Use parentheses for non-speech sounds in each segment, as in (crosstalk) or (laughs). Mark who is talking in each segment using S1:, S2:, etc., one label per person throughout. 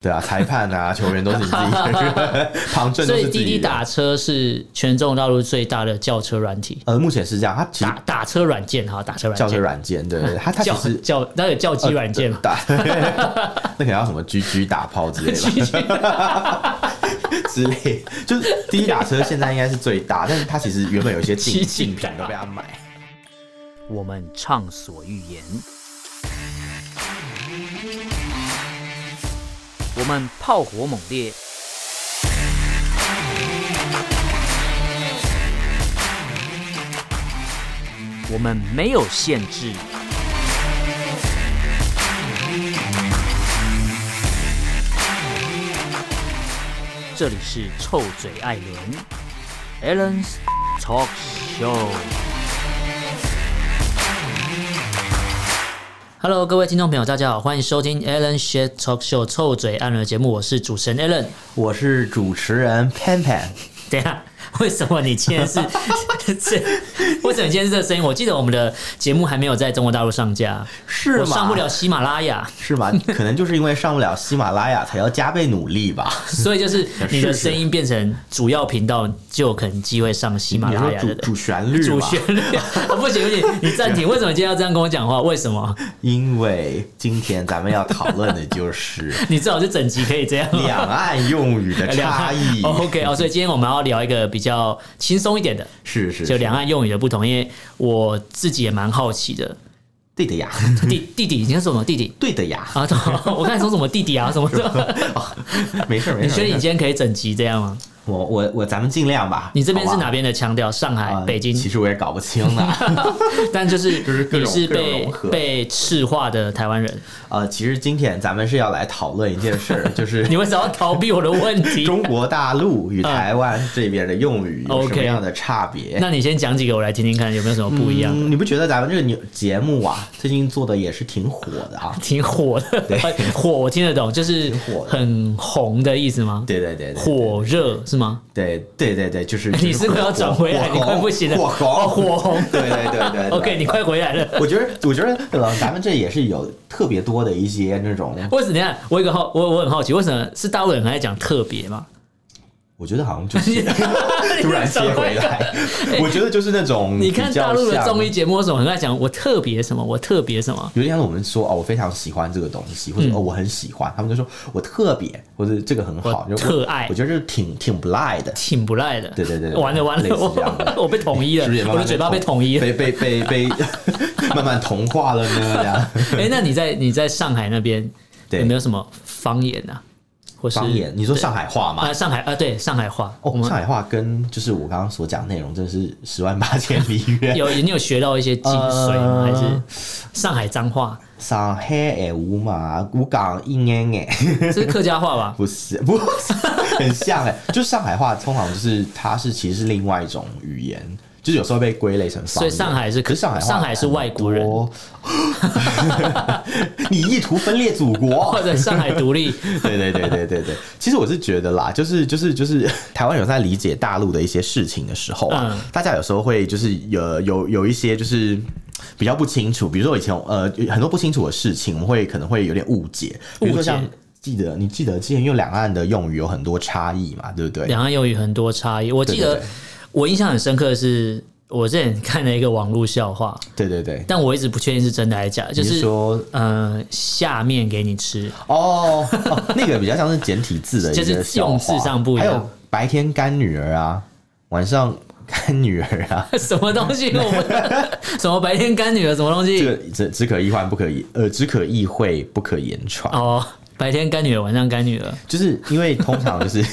S1: (laughs)
S2: 对啊，裁判啊，球员都是你自己人，旁证都
S1: 所
S2: 是
S1: 以
S2: 自
S1: 滴滴
S2: 己人。
S1: 打车是全中国大陆最大的叫车软体，
S2: 呃，目前是这样，它其实
S1: 打打车软件哈，打车软
S2: 叫个
S1: 件，
S2: 软件，对
S1: (laughs)
S2: 对，对它它其
S1: 叫
S2: 实呃
S1: 叫那有叫机软件嘛？
S2: (laughs) 打， (laughs) 那可能要什么狙狙打炮之类的吧之类，就是滴滴打车现在应该是最
S1: (laughs)
S2: 大，但是它其实原本有一些竞
S1: 七七
S2: 竞品
S1: 打
S2: 都被它买。
S1: 我们畅所欲言，我们炮火猛烈，我们没有限制。这里是臭嘴艾伦 a l l e n s Talk Show。Hello，各位听众朋友，大家好，欢迎收听 Alan s h a t Talk Show 臭嘴艾伦的节目，我是主持人 Alan。
S2: 我是主持人潘潘，
S1: 等一下， (laughs) 为什么你今天是 (laughs) 这？为什么你今天是这个声音？我记得我们的节目还没有在中国大陆上架，
S2: 是
S1: 我
S2: 吗？
S1: 上不了喜马拉雅， (laughs)
S2: 是吗？可能就是因为上不了喜马拉雅，才要加倍努力吧。
S1: 所以就是你
S2: 是是
S1: 的声音变成主要频道，就有可能机会上 (laughs) 喜马
S2: 你
S1: 拉
S2: 说
S1: 雅
S2: 主
S1: 的。
S2: 主旋律
S1: 主
S2: 吧，
S1: 旋律、啊 (laughs) 不行不行，你暂停。为什么你今天要这样跟我讲话？为什么？ (laughs)
S2: 因为今天咱们要讨论的就是
S1: 你最好是整集可以这样。
S2: (laughs) 两岸用语的差
S1: (laughs)
S2: 异。
S1: 哦 OK 哦，所以今天我们要聊一个比较轻松一点的，
S2: 是是，
S1: 就是两岸用语的不同，因为我自己也蛮好奇
S2: (laughs)
S1: 的。
S2: 对的呀，
S1: 弟弟弟，你在说什么弟弟
S2: 对的呀。
S1: (laughs) 啊？我刚才说什么弟弟
S2: (laughs)
S1: 啊？什么的？ (laughs)
S2: 没事儿没
S1: 你
S2: 事儿，
S1: 觉得你
S2: 没事儿
S1: 今天可以整集这样吗？
S2: 我我我咱们尽量吧。
S1: 你这边是
S2: 好吧
S1: 哪边的腔调？上海
S2: 啊、、(laughs)
S1: 北京？
S2: 其实我也搞不清呢。
S1: (laughs) 但就是
S2: 就是各
S1: 你
S2: 种
S1: 是
S2: 各种
S1: 被
S2: 融合
S1: 被赤化的台湾人， (laughs)
S2: 呃，其实今天咱们是要来讨论一件事儿，就是
S1: 你为什么要逃避我的问题？
S2: 中国大陆与台湾这边的用语有什么
S1: 嗯 OK
S2: 样的差别。
S1: (laughs) 那你先讲几个，我来听听看有没有什么不一样的。
S2: 嗯，你不觉得咱们这个牛节目啊，最近做的也是挺火的啊？
S1: 挺火的， (laughs) 火我听得懂，就是
S2: 挺火的
S1: 很红的意思吗？
S2: 对对对对，
S1: 火热是吗？
S2: 对对对对，就是
S1: (laughs) 你是不是要转回来？
S2: 火
S1: 你快不行了，
S2: 火红，
S1: 哦火红。
S2: 对对对哎对对
S1: (laughs) OK，你快回来了。
S2: (laughs) 我觉得，我觉得，呃，咱们这也是有特别多的一些那种，
S1: 为什么？等一下我有一个好，我我很好奇，为什么是大陆人很爱讲特别嘛？
S2: 我觉得好像就是
S1: (laughs)
S2: 突然切回来，我觉得就是那种
S1: (laughs) 你看
S2: 比较
S1: 大陆的
S2: 像
S1: 综艺节目，为什么很爱讲我特别什么，我特别什么？
S2: 有点像我们说哦，我非常喜欢这个东西，
S1: 嗯
S2: 或者、哦我很喜欢，他们就说我特别，或者这个很好，
S1: 我
S2: 就
S1: 特爱
S2: 我觉得这挺挺不赖的。
S1: 挺不赖的。
S2: 对对对对
S1: 完了完
S2: 类
S1: 了，
S2: 似这样的
S1: 我 (laughs) 我被统一了，
S2: 是不是也慢
S1: 我
S2: 慢
S1: 的嘴巴被统一了。
S2: 被被被
S1: (laughs)
S2: 被慢慢同化了呢？这样
S1: 哎，那你在你在上海那边
S2: 对
S1: 有没有什么方言啊？或是
S2: 方言，你说上海话嘛
S1: 啊？？上海啊，对上海话，我
S2: 哦，上
S1: 们
S2: 海话跟就是我刚刚所讲的内容，真是十万八千里
S1: (laughs)
S2: 远。
S1: 有你有学到一些精髓吗？还
S2: 呃
S1: 是上海脏话？
S2: 上海爱我嘛，我讲一眼眼，
S1: 这是客家话吧？
S2: (laughs) 不是不 (laughs) 是，很像哎、就上海话通常就是它是其实是另外一种语言，就是有时候被归类成方言。
S1: 所以上海是
S2: 可是上海话
S1: 上海是外国人
S2: 很多， (laughs) 你意图分裂祖
S1: (laughs)
S2: 国
S1: 或。者上海独立，
S2: (laughs) 对对对对对对，其实我是觉得啦，就是就是就是 (laughs) 台湾有在理解大陆的一些事情的时候啊，
S1: 嗯
S2: 大家有时候会就是有有有一些就是。比较不清楚，比如说以前呃有很多不清楚的事情，我们会可能会有点误解，比如
S1: 误
S2: 说
S1: 解
S2: 像记得你记得之前因为两岸的用语有很多差异嘛，对不对？
S1: 两岸用语很多差异。我记得
S2: 对对对
S1: 我印象很深刻的是，我之前看了一个网络笑话，
S2: 对对对，
S1: 但我一直不确定是真的还是假的，就
S2: 你
S1: 是
S2: 是说
S1: 呃，下面给你
S2: (laughs)
S1: 吃，
S2: 哦
S1: (laughs)
S2: 哦，那个比较像是简体字的一
S1: 就是
S2: 个笑
S1: 用
S2: 话，
S1: 字上不一
S2: 还
S1: 样
S2: 有白天干女儿啊，晚上干女儿啊，
S1: 什么东西？我们 (laughs) 什么白天干女儿什么东
S2: 这
S1: 西？
S2: 个只只可意幻不可以，呃，只可意会不可言传，
S1: 哦，白天干女儿，晚上干女儿，
S2: 就是因为通常就是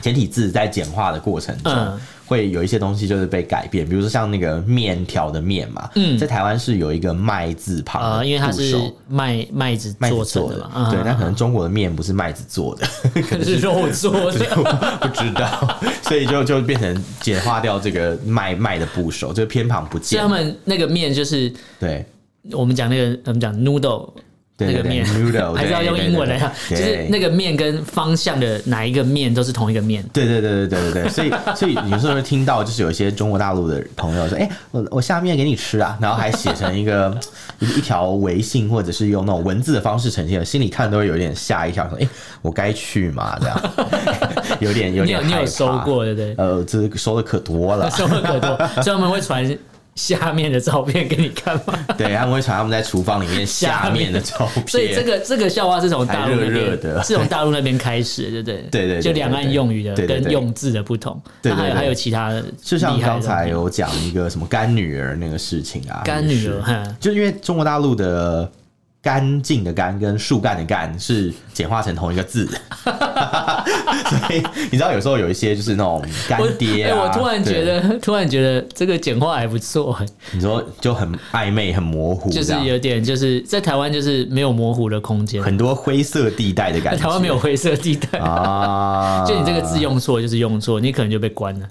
S2: 简体字在简化的过程中。
S1: 嗯
S2: 会有一些东西就是被改变，比如说像那个面条的面嘛，嗯，在台湾是有一个麦字旁的部首，
S1: 呃，因为它是麦麦子
S2: 啊麦
S1: 做
S2: 子
S1: 成
S2: 做
S1: 的
S2: 的
S1: 嘛，嗯
S2: 对，但可能中国的面不是麦子做的，可能
S1: 是
S2: (laughs)
S1: 肉做
S2: 对
S1: 的。
S2: 我不知道， (laughs) 所以就就变成简化掉这个麦麦的部首，就偏旁不
S1: 所
S2: 见
S1: 以他。们那个面就是
S2: 对，
S1: 我们讲那个我们讲 noodle
S2: 对
S1: 那
S2: 对
S1: 个
S2: 对
S1: 面，
S2: ，noodle
S1: (laughs) 还是要
S2: 哦对
S1: 用
S2: 对
S1: 英文
S2: 对
S1: 来讲，啊就
S2: 对
S1: 是那个面跟方向的哪一个面都是同一个面。
S2: 对对对对对对对，所以 (laughs) 所以有时候会听到就是有一些中国大陆的朋友说，哎、我我下面给你吃啊，然后还写成一个 (laughs) 一一条微信或者是用那种文字的方式呈现，心里看都会有点吓一跳，说，哎、我该去吗？这样 (laughs) 有点有
S1: 你
S2: 点
S1: 有你
S2: 害
S1: 有
S2: 怕
S1: 收？过对不 (laughs) 对？，
S2: 呃，这收的可多了
S1: (laughs) 收获可多，所以我们会传下面的照片给你看
S2: (laughs)
S1: 吗？
S2: 对，他们会传他们在厨房里
S1: (laughs)
S2: 面下面的照片，
S1: 所以这个这个笑话是从大陆那
S2: 还热热的
S1: 边，是从大陆那边开始的，对不对？
S2: 对对对
S1: 就两岸用语的
S2: 对对对
S1: 跟用字的不同，
S2: 对对对
S1: 那还有还有其他的厉害的东西，
S2: 就像刚才有讲一个什么干女儿那个事情啊，
S1: 干
S2: 也
S1: 女
S2: 是
S1: 儿，哈，
S2: 就是因为中国大陆的“干净”的“干”跟树干的“干”是简化成同一个字， (laughs) 所以你知道有时候有一些就是那种干
S1: 我
S2: 爹
S1: 哎
S2: 啊，
S1: 我突然觉
S2: 对
S1: 得，突然觉得这个简化还不错、
S2: 你说就很暧昧、很模糊，
S1: 就是
S2: 这样
S1: 有点就是在台湾就是没有模糊的空间，
S2: 很多灰色地带的感觉。
S1: 台湾没有灰色地带。
S2: 啊，
S1: (laughs) 就你这个字用错就是用错，你可能就被关了，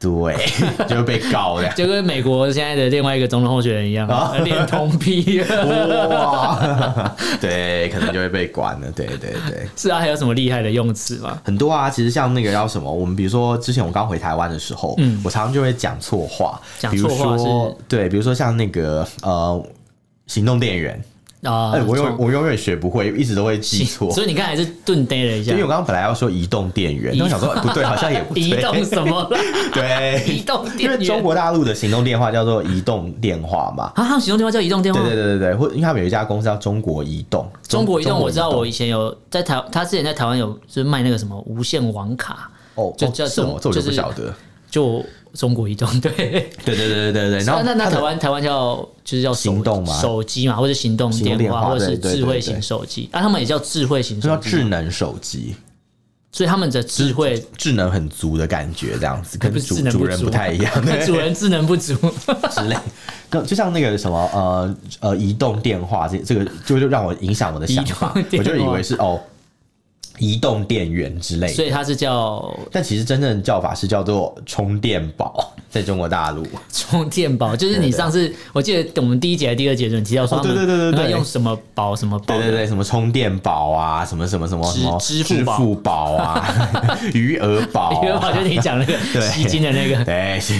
S2: 对， (laughs) 就被告
S1: (laughs)
S2: 的。
S1: 就跟美国现在的另外一个总统候选人一样，
S2: 啊
S1: 恋童
S2: (laughs)
S1: 癖。
S2: 哇， (laughs) 对，可能就会被关了。对对对，
S1: 是啊，还有什么厉害的用词吗？
S2: 很多啊，其实像那个叫什么，我们比如说之前我刚回台湾的时候，
S1: 嗯
S2: 我常常就会讲错话，
S1: 讲
S2: 比如
S1: 错话
S2: 说对，比如说像那个呃。行动电源，
S1: 啊、
S2: 哎、我
S1: 从
S2: 永我永远学不会，一直都会记错。
S1: 所以你刚才是顿呆了一下
S2: 因为，我刚刚本来要说移动电源，
S1: 移
S2: 但我想说哎不
S1: (laughs)
S2: 对，好像也不对。
S1: 移动什么啦？
S2: (laughs) 对，
S1: 移动电源
S2: 因为中国大陆的行动电话叫做移动电话嘛。
S1: 啊，他们使用电话叫移动电话。
S2: 对对对对对，或因为他们有一家公司叫中国移动。
S1: 中国移动我知道，我以前有在台，他之前在台湾有就是卖那个什么无线网卡，
S2: 哦，
S1: 就
S2: 哦
S1: 叫
S2: 是哦
S1: 中
S2: 这我就
S1: 就
S2: 不
S1: 是
S2: 晓得。
S1: 就中国移动对。
S2: 对对对对对对，然
S1: 那
S2: 后
S1: 啊那那
S2: 它的
S1: 台湾台湾叫就是叫手
S2: 行动吗
S1: 手机嘛，或者行动
S2: 行动
S1: 电
S2: 电
S1: 话，
S2: 话
S1: 或者是
S2: 对对
S1: 智慧
S2: 对
S1: 型
S2: 对
S1: 手机啊，他们也叫智慧型
S2: 就
S1: 手
S2: 叫
S1: 机，
S2: 智能手机。
S1: 所以他们的智慧
S2: 智能很足的感觉，这样子
S1: 还
S2: 跟
S1: 哎不是
S2: 主
S1: 智能
S2: 主
S1: 不
S2: 人
S1: 足，
S2: 不太一样 (laughs)
S1: 主人 (laughs) 智能不足，
S2: 之类。就 (laughs) 就像那个什么呃呃移动电话这这个就就让我影响我的想法
S1: (laughs) 移动，电
S2: 我
S1: 话
S2: 就以为是哦移动电源之类
S1: 所
S2: 的。
S1: 以它是叫
S2: 但其实真正的叫法是叫做充电宝， (laughs) 在中国大陆。
S1: 充电宝，就是你上次我记得我们第一节还是第二节的时候你提到说
S2: 哦
S1: 他们
S2: 对对对对对
S1: 他们用什么宝什么宝
S2: 对
S1: 的，
S2: 对对，什么充电宝啊，什么什么什么
S1: 支
S2: 什么
S1: 支付
S2: 宝
S1: 宝 (laughs)
S2: 啊，余额宝、
S1: 因为
S2: 啊，
S1: 我就你讲那个
S2: (laughs) 对
S1: 吸金的那个
S2: 对，是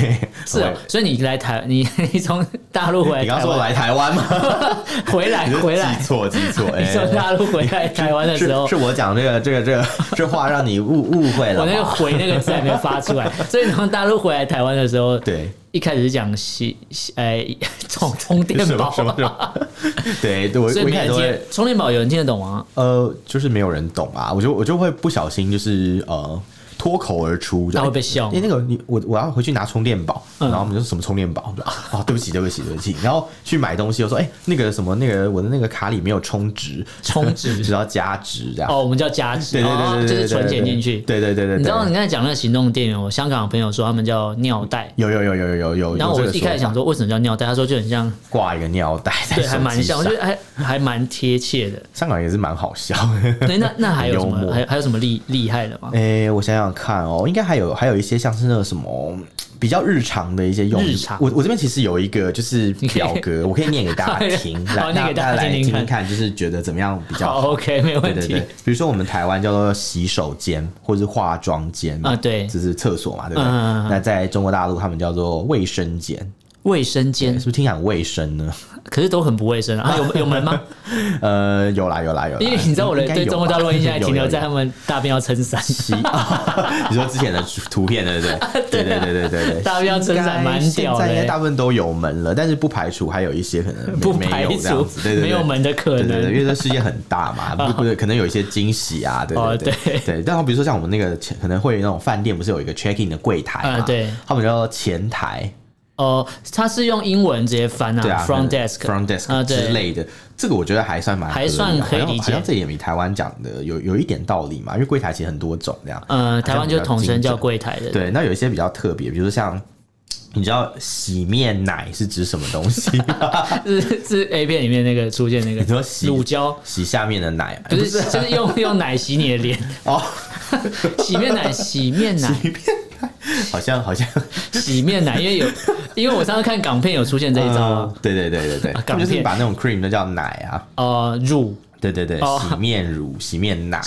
S1: 是哦，所以你来台你 (laughs) 你从大陆回
S2: (laughs)
S1: 来，
S2: 你刚刚说
S1: 台
S2: 来台湾吗？ (laughs)
S1: 湾回来
S2: 你是
S1: 回来
S2: 记，错记错，
S1: (laughs) 你
S2: 哎
S1: 从大陆回来台湾的时候
S2: 是。我讲这个这个这个这话让你误误会了
S1: 我那个 (laughs)
S2: 吧？
S1: 回那个字还没发出来，所以从大陆回来台湾的时候，
S2: 对，
S1: 一开始是讲西西呃充充电
S2: 什么
S1: 宝，
S2: 什么什么？
S1: (laughs)
S2: 对，对我
S1: 所以
S2: 我一
S1: 没
S2: 开始
S1: 人
S2: 都
S1: 听
S2: 会。
S1: 充电宝有人听得懂吗？
S2: 呃，就是没有人懂啊，我就我就会不小心就是呃脱口而出，哎
S1: 那会被笑吗
S2: 因为那个你我我要回去拿充电宝，
S1: 嗯
S2: 然后我们就说什么充电宝，我就啊啊对不起对不起对不起，然后去买东西我说哎、那个什么那个我的那个卡里没有充值，
S1: 充值
S2: (laughs) 只要加值这样。
S1: 哦，我们
S2: (laughs)
S1: 叫加值，
S2: 对对对对
S1: 哦
S2: 对对，
S1: 就是存
S2: 对
S1: 钱进去。
S2: 对对对对，对
S1: 你知道你刚才讲那个行动电源，我香港的朋友说他们叫尿袋，
S2: 有有有有有有有，
S1: 然后
S2: 有
S1: 我
S2: 嗯这个
S1: 一开
S2: 说
S1: 始
S2: 法
S1: 想说为什么叫尿袋，他说就很像，
S2: 挂一个尿袋在手
S1: 对，
S2: 机
S1: 还蛮像，我
S2: 上
S1: 觉得还还蛮贴
S2: (laughs)
S1: 切的。
S2: 香港也是蛮好笑。 (laughs)
S1: 对，那那还有什
S2: 很幽
S1: 么？
S2: 默哎
S1: 还还有什么厉厉害的吗？
S2: 诶、我想想看哦，应该还有还有一些像是那个什么比较日常的一些用语
S1: 日常
S2: 我我这边其实有一个就是
S1: 你可以
S2: 表
S1: (laughs)
S2: 格，我可以念给大家听，
S1: 好
S2: 来
S1: 念
S2: 大
S1: 给
S2: 大
S1: 大家
S2: 来
S1: 听
S2: 听
S1: 听
S2: 听看，就是觉得怎么样比较
S1: 好，OK，没
S2: 对
S1: 问
S2: 对
S1: 题
S2: 对，。比如说我们台湾叫做洗手间或是化妆间嘛，
S1: 啊对
S2: 这是厕所嘛，对不对？
S1: 嗯嗯嗯
S2: 那在中国大陆他们叫做卫生间，
S1: 卫生
S2: 是
S1: 间
S2: 不，是听起来很卫生呢？
S1: 可是都很不卫生啊！啊有有
S2: (laughs)
S1: 门吗？
S2: 呃，有啦有啦有啦，
S1: 因为你知道我的
S2: 应该
S1: 对
S2: 有
S1: 中国大陆
S2: 吧
S1: 印象
S2: (laughs)
S1: 还
S2: 有
S1: 停留
S2: 有
S1: 在
S2: 有
S1: 他们大便要撑伞，
S2: 洗， (laughs) 你说之前的图片对不
S1: (laughs)
S2: 对？对对对对对对，
S1: 啊大便要撑伞蛮屌
S2: 现在应该
S1: 的
S2: 大
S1: 欸，
S2: 部分都有门了，但是不排除还有一些可能没
S1: (laughs) (laughs) 不
S2: 没
S1: 排
S2: 有这
S1: 除
S2: 样子，对对对，
S1: 没有门的可
S2: 对对对，
S1: 能。
S2: 因为这世界很大
S1: (laughs)
S2: 嘛，不不，可能有一些惊喜啊，对
S1: 哦
S2: 对
S1: 对
S2: 对对。然后比如说像我们那个前可能会有那种饭店，不是有一个 check in 的柜台
S1: 啊
S2: 嘛？
S1: 对，
S2: 他们叫前台，
S1: 哦，他是用英文直接翻
S2: 对啊
S1: 啊，front
S2: 可能
S1: desk
S2: front
S1: 啊
S2: desk
S1: 对
S2: 之类的，这个我觉得还算蛮合理的啊
S1: 还算可以
S2: 好像
S1: 理解
S2: 好像这也比台湾讲的有有一点道理嘛，因为柜台其实很多种这样。
S1: 呃，台湾就统称叫柜台的，
S2: 对，那有一些比较特别，比如说像你知道洗面奶是指什么东
S1: (laughs)
S2: 西吗？
S1: (laughs) 是是 A 片里面那个出现那
S2: 你说
S1: 个
S2: 洗啊 (laughs)
S1: 乳胶，
S2: 洗下面的奶，哎
S1: 不是就是用用奶洗你的脸， (laughs)
S2: 哦， (laughs)
S1: 洗面奶洗面奶
S2: 好像好像
S1: 洗面奶，因为有因为我上次看港片有出现这一招啊
S2: 嗯，对对对对对，他
S1: 港
S2: 们就是
S1: 片
S2: 把那种 cream 都叫奶啊，
S1: 呃，乳。
S2: 对对对，
S1: 哦
S2: 洗面乳、洗面
S1: (laughs)
S2: 奶、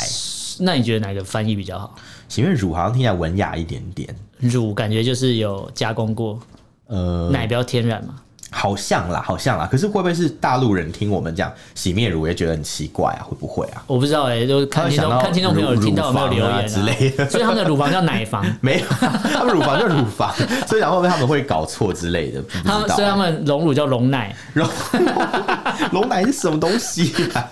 S1: 那你觉得哪个翻译比较好？
S2: 洗面乳好像听起来文雅一点点，
S1: 乳感觉就是有加工过，
S2: 呃，
S1: 奶比较天然嘛。
S2: 好像啦，好像啦，可是会不会是大陆人听我们讲洗面乳也觉得很奇怪啊？会不会啊？
S1: 我不知道哎、就
S2: 他
S1: 看
S2: 会
S1: 听
S2: 想
S1: 众
S2: 到
S1: 看听众朋友
S2: 乳
S1: 听到有没有留
S2: 乳
S1: 言、
S2: 房啊之类的，
S1: (laughs) 所以他们的乳房叫奶房，
S2: 没有，他们乳房就乳房，所以讲会不会他们会搞错之类 (laughs) 的？不知
S1: 他
S2: 道欸
S1: 们所以他们隆乳叫隆奶，
S2: 龙 (laughs) 龙奶是什么东西
S1: (laughs)
S2: 啊？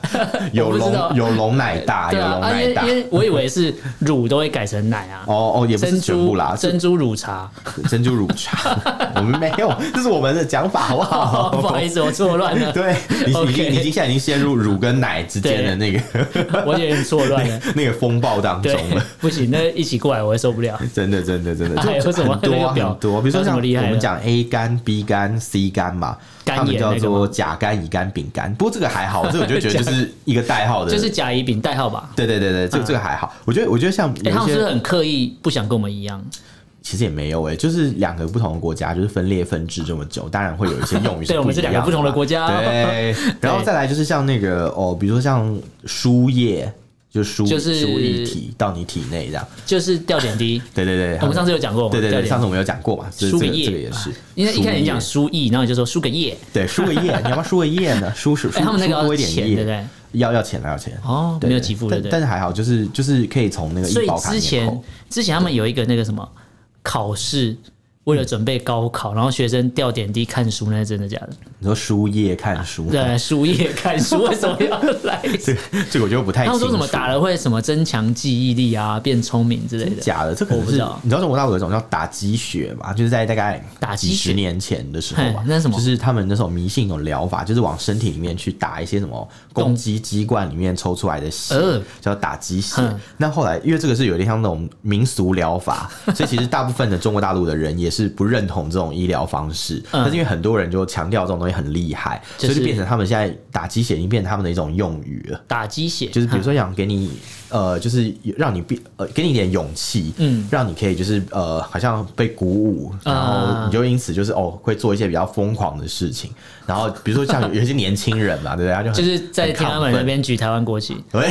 S2: 有
S1: 我不知道
S2: 龙有龙奶大，有
S1: 对啊，
S2: 龙
S1: 啊因
S2: 哎奶
S1: 为
S2: 大
S1: 因。为我以为是乳都会改成奶啊，
S2: 哦哦，也不
S1: 珍
S2: 是全部
S1: 珠
S2: 啦，是
S1: 珍珠乳茶，
S2: (laughs) 珍珠乳茶，我们没有，这是我们的讲法，好不好？
S1: (laughs) 哦不好意思，我错乱了，
S2: 哦 (laughs) 对，你已
S1: OK
S2: 经你已经现在已经陷入乳跟奶之间的那
S1: (laughs)
S2: 个
S1: 我有点错乱了，
S2: (laughs) 那个风暴当中
S1: 对
S2: 了。，
S1: 不行，那一起过来我会受不了。
S2: (laughs) 真的，真的，真的，
S1: 哎有
S2: 就
S1: 什么
S2: 很多
S1: 那
S2: 啊
S1: 个表
S2: 很多，比如说
S1: 有什
S2: 像
S1: 么
S2: 我
S1: 厉害的啊
S2: 们讲 A 肝、B 肝、C 肝嘛，
S1: 肝
S2: 他们
S1: 炎那
S2: 叫
S1: 个
S2: 做
S1: 吗
S2: 甲肝、乙肝、丙肝。不过这个还好，这个我就觉得就是一个代号的，
S1: (laughs) 就是甲乙丙代号吧。
S2: 对对对对，这个这个还好。我觉得我觉得像
S1: 嗯
S2: 有
S1: 哎、他
S2: 一
S1: 们是不是
S2: 些
S1: 很刻意不想跟我们一样？
S2: 其实也没有哎，就是两个不同的国家就是分裂分治这么久，当然会有一些用语
S1: 对我们是
S2: 不一样
S1: 两个不同的国家
S2: 嘛
S1: (laughs)
S2: 对，然后再来就是像那个哦，比如说像输液，就输
S1: 就是
S2: 输液体到你体内这样。
S1: 就是吊
S2: (laughs)
S1: 点滴，
S2: 对对对，
S1: 哦我们上
S2: 次
S1: 次有讲过嘛，
S2: 对对
S1: 吊
S2: 对，
S1: 点
S2: 上次我们有讲过嘛，这
S1: 输
S2: 这
S1: 个
S2: 个
S1: 液啊
S2: 这个也是，
S1: 因为一开始你讲
S2: 输液
S1: 输液，然后你就说输个液，
S2: 对输个
S1: (laughs)
S2: 液，你要不要输个液呢？输输输
S1: 哎、他们那个
S2: 输多
S1: 要
S2: 一点
S1: 钱，对不
S2: 液，
S1: 对？
S2: 要要钱了要钱。
S1: 哦，
S2: 对
S1: 没有给付，对
S2: 但
S1: 不对
S2: 但？是还好，就是就是可以从那个
S1: 所
S2: 医
S1: 以
S2: 保卡
S1: 之
S2: 免
S1: 前
S2: 扣
S1: 之前他们有一个那个什么考试，为了准备高考，然后学生吊点滴看书，那是真的假的？
S2: 你说输液看书，
S1: 对，输液看书为什么要
S2: (laughs)
S1: 来？
S2: 这个这个我就不太
S1: 他
S2: 清
S1: 们
S2: 楚。
S1: 说什么打了会什么增强记忆力啊，变聪明之类的。
S2: 假的，这可能
S1: 我不
S2: 是
S1: 知道
S2: 你知道中国大陆有一种叫打鸡血嘛，就是在大概
S1: 打鸡
S2: 几十
S1: 血
S2: 年前的时候吧
S1: 嘿，那是什么
S2: 就是他们那时候迷信一种疗法，就是往身体里面去打一些什么公鸡鸡冠里面抽出来的血
S1: 呃，
S2: 叫打鸡血
S1: 哼。
S2: 那后来因为这个是有点像那种民俗疗
S1: (laughs)
S2: 法，所以其实大部分的中国大陆的人也是不认同这种医疗方式，
S1: 嗯
S2: 但是因为很多人就强调这种东西很厉害，
S1: 就
S2: 所以就是变成他们现在打鸡血已经变成他们的一种用语了。
S1: 打鸡血
S2: 就是比如说想给你呃，就是让你变呃，给你一点勇气，
S1: 嗯，
S2: 让你可以就是呃，好像被鼓舞，然
S1: 啊
S2: 后你就因此就是哦，会做一些比较疯狂的事情。然后比如说像有有一些年轻人嘛，对不对？他就很
S1: 就是在
S2: 很
S1: 天安
S2: 亢
S1: 门那
S2: 奋。
S1: 边举台湾国旗。
S2: (laughs) 对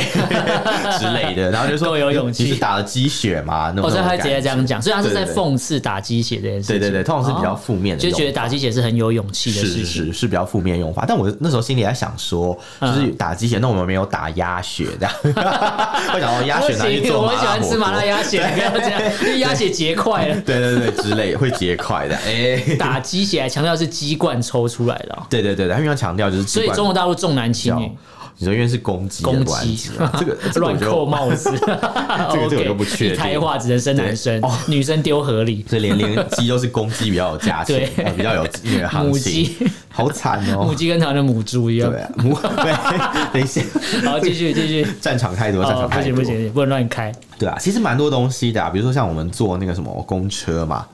S2: 之类的，然后就说
S1: 够有勇气
S2: 你是打了鸡血嘛？那种
S1: 哦，所以他
S2: 那
S1: 会
S2: 种
S1: 直接
S2: 感
S1: 这
S2: 觉
S1: 样讲，所以他是
S2: 对
S1: 在
S2: 对对
S1: 讽刺打鸡血这件事
S2: 对
S1: 情。
S2: 对对，通常是比较
S1: 哦
S2: 负面的
S1: 就
S2: 用法，
S1: 觉得打鸡血是很有勇气的
S2: 是是
S1: 事情。
S2: 是是比较负面用法，但我那时候心里在想说，就是
S1: 嗯
S2: 打鸡血，那我们没有打鸭血这样， (laughs) 我想到鸭
S1: 不
S2: 血拿去
S1: 行，
S2: 做
S1: 我
S2: 麻
S1: 很喜
S2: 辣
S1: 欢
S2: 火
S1: 吃麻
S2: 锅
S1: 辣。
S2: (laughs)
S1: 鸭血，不要这样，因为鸭血结块了。
S2: 对对对，之类会结块的，哎、
S1: 打鸡血还强调是鸡冠抽出来的哦、
S2: 对对对，他非常强调就是
S1: 所以中国大陆重男轻女，
S2: 你说因为是公鸡的
S1: 公
S2: 关
S1: (laughs) 鸡
S2: 系啊这个这个我
S1: 乱扣
S2: 就
S1: 帽子，
S2: (laughs) 这个
S1: OK，
S2: 我就不确定
S1: (laughs)
S2: 哦
S1: 一胎化只能生男生，女生丢河里。
S2: 所以连连鸡都是公鸡比较有价钱，
S1: 对
S2: 啊比较
S1: (laughs)
S2: 有那个行
S1: 母
S2: 情
S1: 鸡，
S2: 好惨哦、
S1: (laughs) 母鸡跟台湾的母猪一样
S2: 对。啊，母 (laughs) 对，等一下，
S1: 好，继续
S2: (laughs)
S1: 继续。
S2: 战场太多，战
S1: 哦，
S2: 场
S1: 不
S2: 太多，
S1: 行不行，不能乱开。
S2: 对啊，其实蛮多东西的、啊，比如说像我们坐那个什么公车嘛，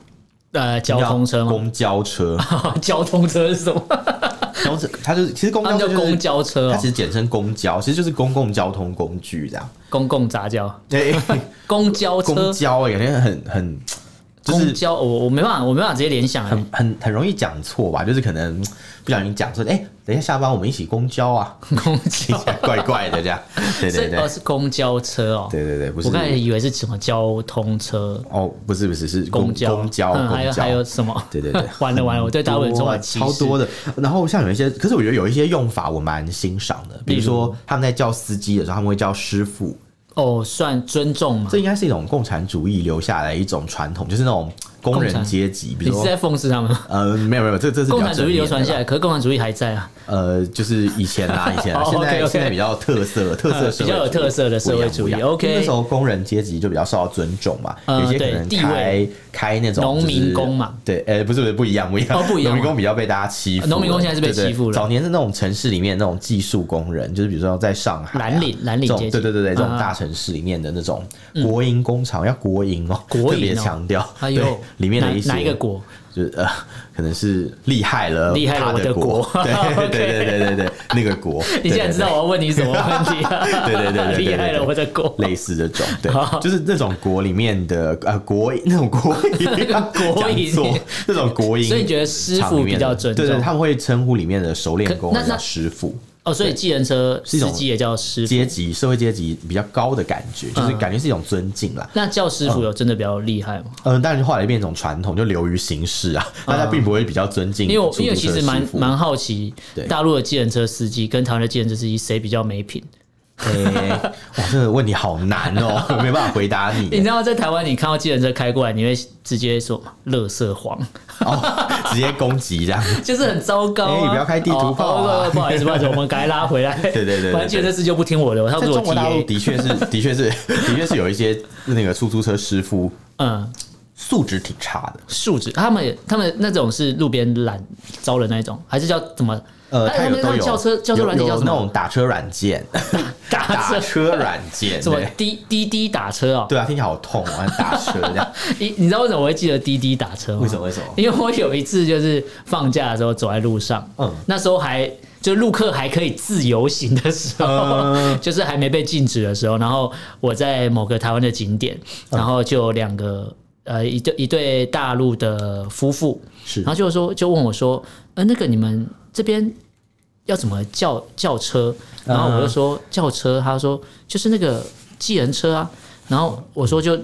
S1: 呃，交通车吗？
S2: 公交车，
S1: (laughs) 交通车是什么？
S2: (laughs) 公车它就是其实公
S1: 他们
S2: 交车、
S1: 叫
S2: 就是、
S1: 公交车
S2: 它
S1: 哦
S2: 其，实简称公交，其实就是公共交通工具这样。哎
S1: 公共杂交，
S2: 对，
S1: 公交
S2: 公
S1: 车，
S2: 交欸感觉很很就
S1: 公
S2: 是
S1: 交，我我没办法，我没办法直接联想欸。
S2: 很很很容易讲错吧，就是可能嗯不小心讲错，哎、等一下下班我们一起公交
S1: (laughs)
S2: 啊，
S1: 公
S2: 听
S1: 交
S2: 起来怪怪的这样。对
S1: 所
S2: 对
S1: 以
S2: 对
S1: 哦，是公交车哦。
S2: 对对对，不是
S1: 我刚才以为是什么交通车、
S2: 哦，不是不是是公
S1: 交、
S2: 公交
S1: 嗯，
S2: 公
S1: 还有还有
S2: 交。
S1: 什么？ (laughs)
S2: 对对对，
S1: 完了完了，我对大陆人充
S2: 多啊
S1: 满歧视
S2: 超多的，然后像有一些，可是我觉得有一些用法我蛮欣赏
S1: 嗯
S2: 的，比如说他们在叫司机的时候，他们会叫师傅，
S1: 哦，算尊重嘛
S2: 这？应该是一种共产主义留下来一种传统，就是那种工
S1: 共
S2: 人
S1: 产
S2: 阶级，比
S1: 你
S2: 如
S1: 是
S2: 说
S1: 在讽刺他们吗？
S2: 呃，没有没有，这这是比较
S1: 共产主义流
S2: 正
S1: 传
S2: 面的
S1: 下
S2: 啦
S1: 来，可是共产主义还在啊，
S2: 呃，就是以前
S1: (laughs)
S2: 啦，以前啦，
S1: 哦
S2: 现在
S1: OK，OK
S2: 现在比较特色，特色社会主义
S1: 比较有特色的社会主义
S2: 不一样不一样
S1: OK
S2: 因为那时候工人阶级就比较受到尊重嘛，
S1: 嗯
S2: 有些可
S1: 对
S2: 能
S1: 地
S2: 开
S1: 位
S2: 开那种
S1: 农民
S2: 就是
S1: 工嘛，
S2: 对，呃，不是不是不一样不一样
S1: 哦，不一样
S2: 农民工比较被大家欺负了，
S1: 农民工现在是被
S2: 对对
S1: 欺负了
S2: 早年是那种城市里面那种技术工人，就是比如说在上海啊
S1: 蓝领蓝领
S2: 这
S1: 阶
S2: 种
S1: 级
S2: 对对对对，这种
S1: 嗯嗯
S2: 大城市里面的那种国营工厂要国营哦，
S1: 国营哦
S2: 特别强调，
S1: 哎呦
S2: 对里面
S1: 哪
S2: 的一些
S1: 哪一个国？
S2: 就是呃，可能是厉害了，
S1: 厉害了
S2: 他
S1: 我的
S2: 的
S1: 国 (laughs)
S2: 对对对对对对，那个国，
S1: 你竟然
S2: 对
S1: 知道我要问你什么问题啊？
S2: (laughs) 对对对对对对
S1: 厉害了我的国！
S2: 类似这种，对，
S1: (laughs)
S2: 就是那种国里面的呃国那种国音，
S1: 个 (laughs) 国音
S2: 讲座那种国音，
S1: 所以你觉得师傅比较尊重？
S2: 对对，他们会称呼里面的熟练工
S1: 可那
S2: 人叫
S1: 那
S2: 师傅。
S1: 哦，所以计程车司
S2: 一种
S1: 机也叫师傅。
S2: 阶级、社会阶级比较高的感觉，就是
S1: 嗯
S2: 感觉是一种尊敬啦。
S1: 那叫师傅有真的比较厉害吗？
S2: 嗯，当然后来变成一种传统，就流于形式啊，大家并不会比较尊敬
S1: 嗯因为我
S2: 出
S1: 因为
S2: 租
S1: 其
S2: 车
S1: 实
S2: 师
S1: 蛮
S2: 傅
S1: 蛮好奇
S2: 对，
S1: 大陆的计程车司机跟台湾的计程车司机谁比较没品？
S2: 诶 (laughs) 哇，这个问题好难哦， (laughs) 我没办法回答
S1: (laughs)
S2: 你
S1: 你知道在台湾你看到计程车开过来，你会直接说“乐色黄
S2: (laughs) 哦，直接攻击这样。”，
S1: 就是很糟糕啊、
S2: 哎你不要开地图炮啊
S1: 哦哦不好意思，不好意思，我们赶快拉回来。
S2: (laughs) 对对对
S1: 反正计程车司机就不听我的，
S2: 在
S1: 他不是
S2: 中
S1: 我
S2: 国大陆
S1: TA。
S2: 的确是，的确是，的确是有一些那个出租车师傅
S1: 嗯，
S2: 素质挺差的。
S1: 素质，他们他们那种是路边拦招人那一种，还是叫怎么？
S2: 呃，
S1: 哎
S2: 他
S1: 们
S2: 有都
S1: 那
S2: 有
S1: 轿车轿车
S2: 有
S1: 软体叫
S2: 有
S1: 什
S2: 那
S1: 么
S2: 种？打车软件，
S1: (laughs) 打
S2: 打
S1: 车
S2: 车软
S1: (laughs)
S2: 件，
S1: 什么
S2: 对
S1: 滴滴滴打车哦。
S2: 对啊，听起来好痛啊，打车这样，
S1: 你你知道为什么我会记得滴滴打车吗？
S2: 为什么？为什么？
S1: 因为我有一次就是放假的时候走在路上，
S2: 嗯
S1: 那时候还就陆客还可以自由行的时候，
S2: 嗯
S1: (laughs) 就是还没被禁止的时候，然后我在某个台湾的景点，
S2: 嗯
S1: 然后就有两个。呃，一对一对大陆的夫妇，
S2: 是
S1: 然后就说就问我说，呃，那个你们这边要怎么叫叫车？然后
S2: 嗯
S1: 我就说叫车，他说就是那个计程车啊。然后我说就